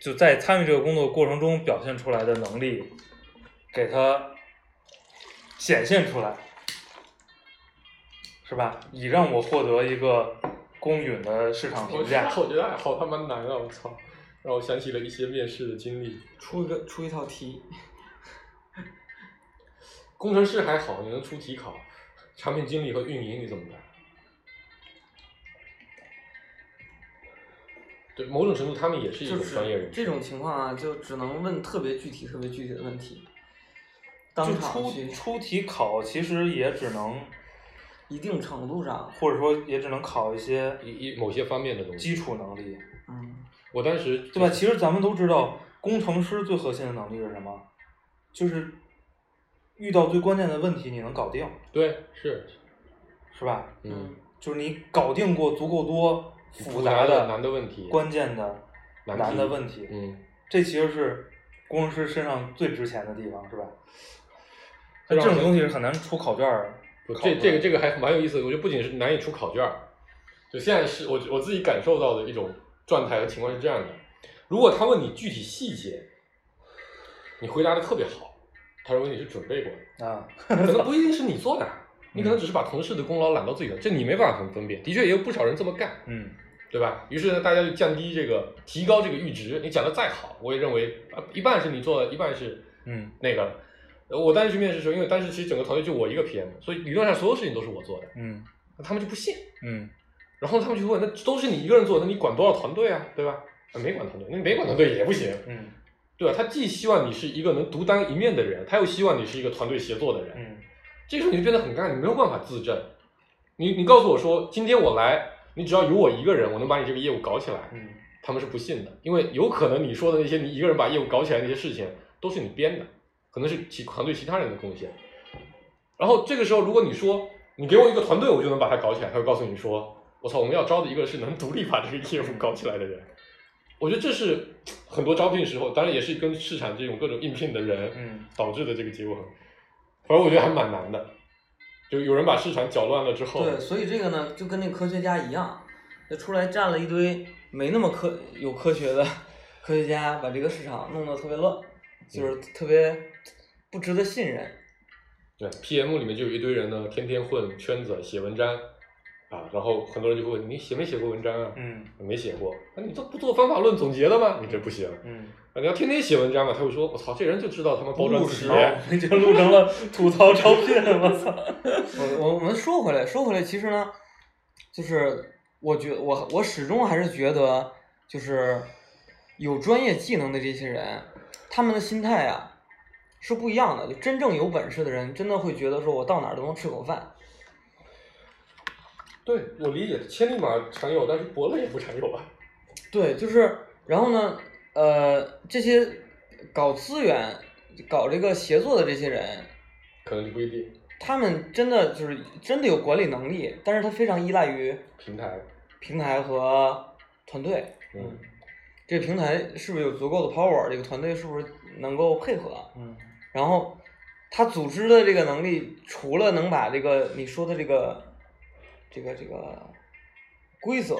S3: 就在参与这个工作过程中表现出来的能力，给它显现出来，是吧？以让我获得一个公允的市场评价。
S5: 我觉得好他妈难啊！我操，让我想起了一些面试的经历。
S4: 出一个出一套题，
S5: 工程师还好，你能出题考；产品经理和运营你怎么办？对，某种程度他们也是一
S4: 就
S5: 种专业
S4: 是
S5: 人士。
S4: 这种情况啊，就只能问特别具体、特别具体的问题，当
S3: 就
S4: 场
S3: 出
S4: 去
S3: 出题考，其实也只能，
S4: 一定程度上，
S3: 或者说也只能考一些
S5: 一一某些方面的东
S3: 基
S5: 西，
S3: 础能力，
S4: 嗯，
S5: 我当时
S3: 对吧？其实咱们都知道，工程师最核心的能力是什么？就是遇到最关键的问题，你能搞定，
S5: 对是，
S3: 是吧？
S5: 嗯，
S3: 就是你搞定过足够多复
S5: 复
S3: 杂
S5: 杂
S3: 的、
S5: 难的问题，
S3: 关键的、
S5: 难
S3: 难
S5: 题
S3: 的问题，
S5: 嗯，
S3: 这其实是工程师身上最值钱的地方，是吧？
S5: 这
S3: 但
S5: 让
S3: 这
S5: 我
S3: 种东西是很难出考卷儿
S5: 不
S3: 考出
S5: 这
S3: 来。
S5: 这个这个还蛮有意思的，我觉得不仅是难以出考卷儿，就现在是我我自己感受到的一种状态和情况是这样的：如果他问你具体细节，你回答的特别好，他认为你是准备过的，
S3: 啊，
S5: 可能不一定是你做的，你可
S3: 嗯
S5: 能只是把同事的功劳揽到自己的，这你没办法分分辨。的确也有不少人这么干，
S3: 嗯
S5: 对吧？于是呢，大家就降低这个，提高这个阈值。你讲的再好，我也认为啊一半是你做的，一半是
S3: 嗯
S5: 那个。呃我当时去面试的时候，因为当时其实整个团队就我一个 PM，所以理论上所有事情都是我做的，
S3: 嗯
S5: 那他们就不信。
S3: 嗯
S5: 然后他们就问，那都是你一个人做的，那你管多少团队啊，对吧？啊没管团队，那你没管团队也不行，
S3: 嗯
S5: 对吧？他既希望你是一个能独当一面的人，他又希望你是一个团队协作的人。
S3: 嗯
S5: 这个时候你就变得很尴尬，你没有办法自证。你你告诉我说，今天我来，你只要有我一个人，我能把你这个业务搞起来，
S3: 嗯
S5: 他们是不信的，因为有可能你说的那些你一个人把业务搞起来的那些事情，都是你编的，可能是其团队其他人的贡献。然后这个时候，如果你说你给我一个团队，我就能把它搞起来，他会告诉你说，我操，我们要招的一个是能独立把这个业务搞起来的人。我觉得这是很多招聘时候，当然也是跟市场这种各种应聘的人，
S3: 嗯
S5: 导致的这个结果很，反正我觉得还蛮难的。就有人把市场搅乱了之后，
S4: 对，所以这个呢，就跟那个科学家一样，就出来站了一堆没那么科有科学的科学家，把这个市场弄得特别乱，就是
S5: 嗯
S4: 特别不值得信任。
S5: 对 PM 里面就有一堆人呢，天天混圈子写文章啊，然后很多人就会问你写没写过文章啊？
S3: 嗯
S5: 没写过，那、你这不做方法论总结的吗？你这不行，
S3: (laughs) 嗯，
S5: 啊你要天天写文章嘛，他会说我操，这人就知道他妈包装哎
S4: 务
S5: 自
S4: 实
S5: 己
S3: 然。后你就
S5: (laughs)
S3: 录成了吐槽招聘，我操！
S4: 我我我们说回来，说回来，其实呢，就是我觉我我始终还是觉得，就是有专业技能的这些人，他们的心态啊是不一样的。就真正有本事的人，真的会觉得说我到哪儿都能吃口饭。
S5: 对我理解，千里马常有，但是伯乐也不常有啊。 (laughs)
S4: 对，就是，然后呢，呃，这些搞资源、搞这个协作的这些人，
S5: 可能就不一定，
S4: 他们真的就是真的有管理能力，但是他非常依赖于
S5: 平台，
S4: 平台和团队。
S5: 嗯，
S4: 这个平台是不是有足够的 power？这个团队是不是能够配合？
S3: 嗯
S4: 然后他组织的这个能力，除了能把这个你说的这个这个这个规则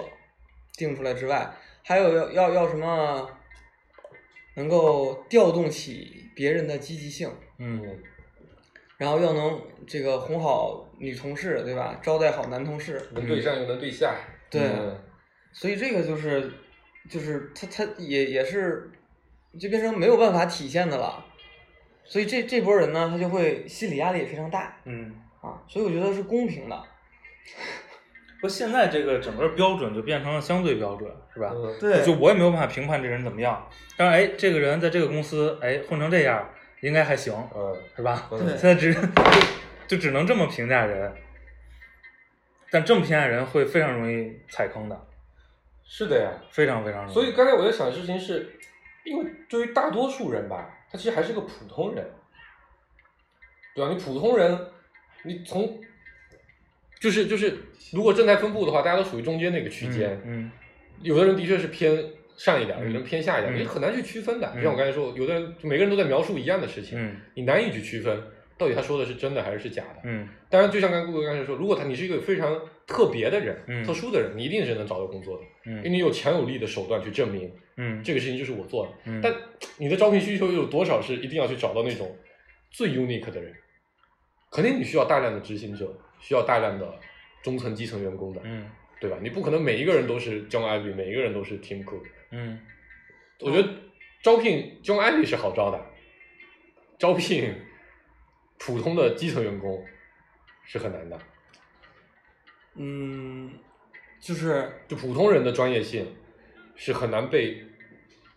S4: 定出来之外，还有要要要什么能够调动起别人的积极性，
S3: 嗯
S4: 然后要能这个哄好女同事，对吧？招待好男同事，
S5: 能对上又能对下，
S4: 嗯对
S5: 嗯
S4: 所以这个就是就是他他也也是就变成没有办法体现的了。所以这这波人呢，他就会心理压力也非常大。
S3: 嗯，
S4: 啊，所以我觉得是公平的。
S3: 不，现在这个整个标准就变成了相对标准，是吧？
S5: 嗯
S4: 对
S3: 就我也没有办法评判这人怎么样，但是哎，这个人在这个公司哎混成这样，应该还行，
S5: 嗯
S3: 是吧？
S5: 嗯
S4: 对
S3: 现在只就就只能这么评价人，但这么评价人会非常容易踩坑的，
S5: 是的呀。
S3: 非常非常容易。嗯
S5: 所以刚才我在想的事情是，因为对于大多数人吧，他其实还是个普通人，对啊吧？你普通人，你从就是就是，如果正态分布的话，大家都属于中间那个区间。
S3: 嗯
S5: 有的人的确是偏上一点，有的人偏下一点，
S3: 嗯
S5: 你很难去区分的。
S3: 嗯
S5: 就像我刚才说，有的人就每个人都在描述一样的事情，
S3: 嗯
S5: 你难以去区分到底他说的是真的还是假的。
S3: 嗯
S5: 当然，就像刚才顾哥刚才说，如果他你是一个非常特别的人、
S3: 嗯
S5: 特殊的人，你一定是能找到工作的，因为
S3: 嗯
S5: 你有强有力的手段去证明
S3: 嗯，
S5: 这个事情就是我做的。
S3: 嗯
S5: 但你的招聘需求又有多少是一定要去找到那种最 unique 的人？肯定你需要大量的执行者，需要大量的中层、基层员工的，
S3: 嗯
S5: 对吧？你不可能每一个人都是 John Ivy，每一个人都是 Tim Cook。
S3: 嗯
S5: 我觉得招聘 John Ivy 是好招的，招聘普通的基层员工是很难的。
S4: 嗯，就是
S5: 就普通人的专业性是很难被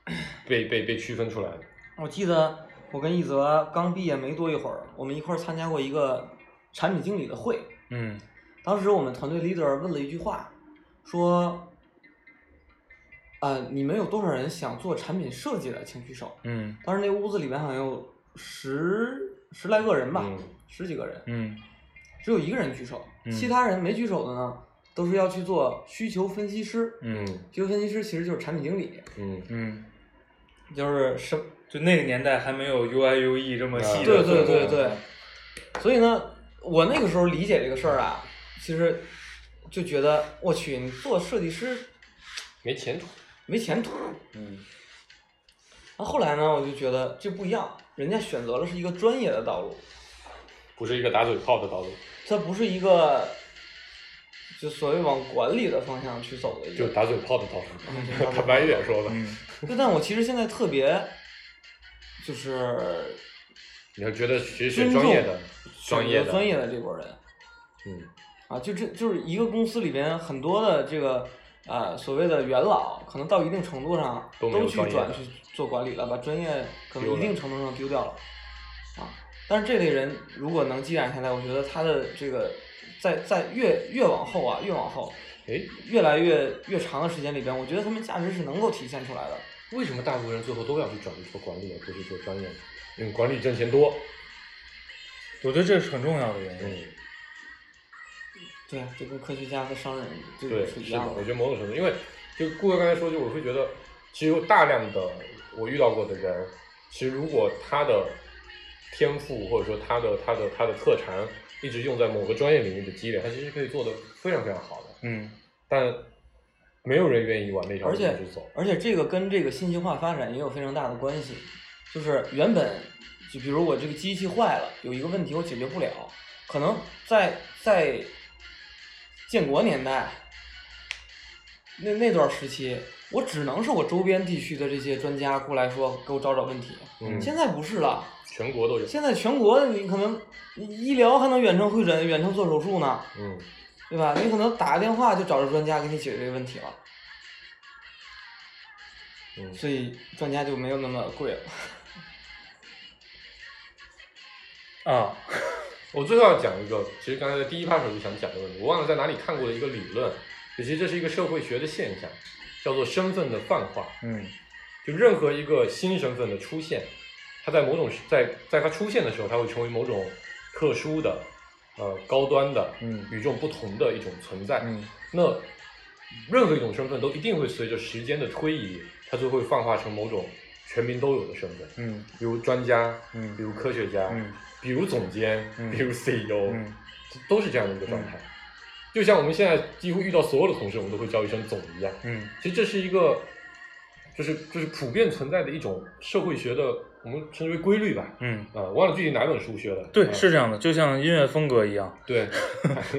S5: (coughs) 被被被区分出来的。
S4: 我记得我跟一泽刚毕业没多一会儿，我们一块儿参加过一个产品经理的会。
S3: 嗯
S4: 当时我们团队 leader 问了一句话，说：“啊、你们有多少人想做产品设计的，请举手。
S3: 嗯”
S4: 当时那屋子里面好像有十十来个人吧，
S5: 嗯
S4: 十几个人，
S3: 嗯
S4: 只有一个人举手，
S3: 嗯
S4: 其他人没举手的呢，都是要去做需求分析师。
S3: 嗯
S4: 需求分析师其实就是产品经理，
S5: 嗯，
S3: 嗯，
S4: 就是什么
S3: 就那个年代还没有 UI UE E 这么细的
S4: 对
S3: 分
S4: 对
S3: 工，
S4: 对对，所以呢，我那个时候理解这个事儿啊，其实就觉得我去，你做设计师
S5: 没前途。
S4: 没前途。
S3: 嗯
S4: 然后后来呢，我就觉得这不一样，人家选择了是一个专业的道路，
S5: 不是一个打嘴炮的道路，
S4: 它不是一个就所谓往管理的方向去走的一
S5: 就
S4: 个
S5: 是打嘴炮的道路。
S4: 嗯 (laughs) 就是
S5: 坦白一点说吧，
S3: 嗯，
S4: 就但我其实现在特别，就是
S5: 你要觉得学学
S4: 尊重
S5: 专业的，专业
S4: 选择
S5: 的，
S4: 专业的这波人
S5: 嗯，
S4: 啊，就这就是一个公司里边很多的这个呃所谓的元老，可能到一定程度上
S5: 都没有
S4: 都去
S5: 专业
S4: 转
S5: 的
S4: 去做管理了，把专业可能
S5: 丢
S4: 一
S5: 了
S4: 定程度上丢掉了啊。但是这类人如果能积攒下来，我觉得他的这个在在越越往后啊，越往后
S5: 哎，
S4: 越来越越长的时间里边，我觉得他们价值是能够体现出来的。
S5: 为什么大部分人最后都要去转去做管理，而不是做专业？因为管理挣钱多。
S3: 我觉得这是很重要的原因。
S5: 嗯，
S4: 对啊，就跟科学家和商人这
S5: 对，
S4: 个嗯是一
S5: 是
S4: 样
S5: 的
S4: 的。，
S5: 我觉得某种程度，因为就顾哥刚才说，就我会觉得，其实有大量的我遇到过的人，其实如果他的天赋或者说他的他的他的特长一直用在某个专业领域的积累，他其实可以做的非常非常好的，
S3: 嗯，
S5: 但没有人愿意往那条
S4: 而
S5: 路
S4: 且
S5: 去走。
S4: 而且这个跟这个信息化发展也有非常大的关系，就是原本就比如我这个机器坏了，有一个问题我解决不了，可能在在建国年代那那段时期，我只能是我周边地区的这些专家过来说给我找找问题，
S5: 嗯，
S4: 现在不是了，
S5: 全国都有。
S4: 现在全国你可能医疗还能远程会诊、远程做手术呢，
S5: 嗯，
S4: 对吧？你可能打个电话就找着专家给你解决这个问题了。
S5: 嗯
S4: 所以专家就没有那么贵了。
S3: 啊，
S5: 我最后要讲一个，其实刚才在第一趴时候就想讲的问题，我忘了在哪里看过的一个理论，其实这是一个社会学的现象，叫做身份的泛化。
S3: 嗯
S5: 就任何一个新身份的出现，它在某种在在它出现的时候，它会成为某种特殊的、呃高端的、
S3: 嗯
S5: 与众不同的一种存在。
S3: 嗯
S5: 那任何一种身份都一定会随着时间的推移，它就会泛化成某种全民都有的身份，
S3: 嗯
S5: 比如专家，
S3: 嗯
S5: 比如科学家，
S3: 嗯
S5: 比如总监，
S3: 嗯
S5: 比如 CEO，、
S3: 嗯
S5: 都是这样的一个状态。就像我们现在几乎遇到所有的同事，我们都会叫一声总一样。
S3: 嗯
S5: 其实这是一个，就是就是普遍存在的一种社会学的，我们称之为规律吧。
S3: 嗯，
S5: 啊、忘了具体哪本书学的。
S3: 对，
S5: 啊
S3: 是这样的，就像音乐风格一 (laughs) 样。
S5: 对。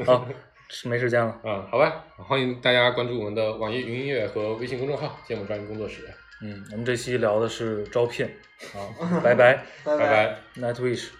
S3: 啊，是没时间了。
S5: 啊，好吧，欢迎大家关注我们的网易云音乐和微信公众号“芥末专业工作室
S3: 嗯，我们这期聊的是招聘啊，拜拜
S4: 拜
S5: 拜拜。
S3: (laughs) ，Night Wish。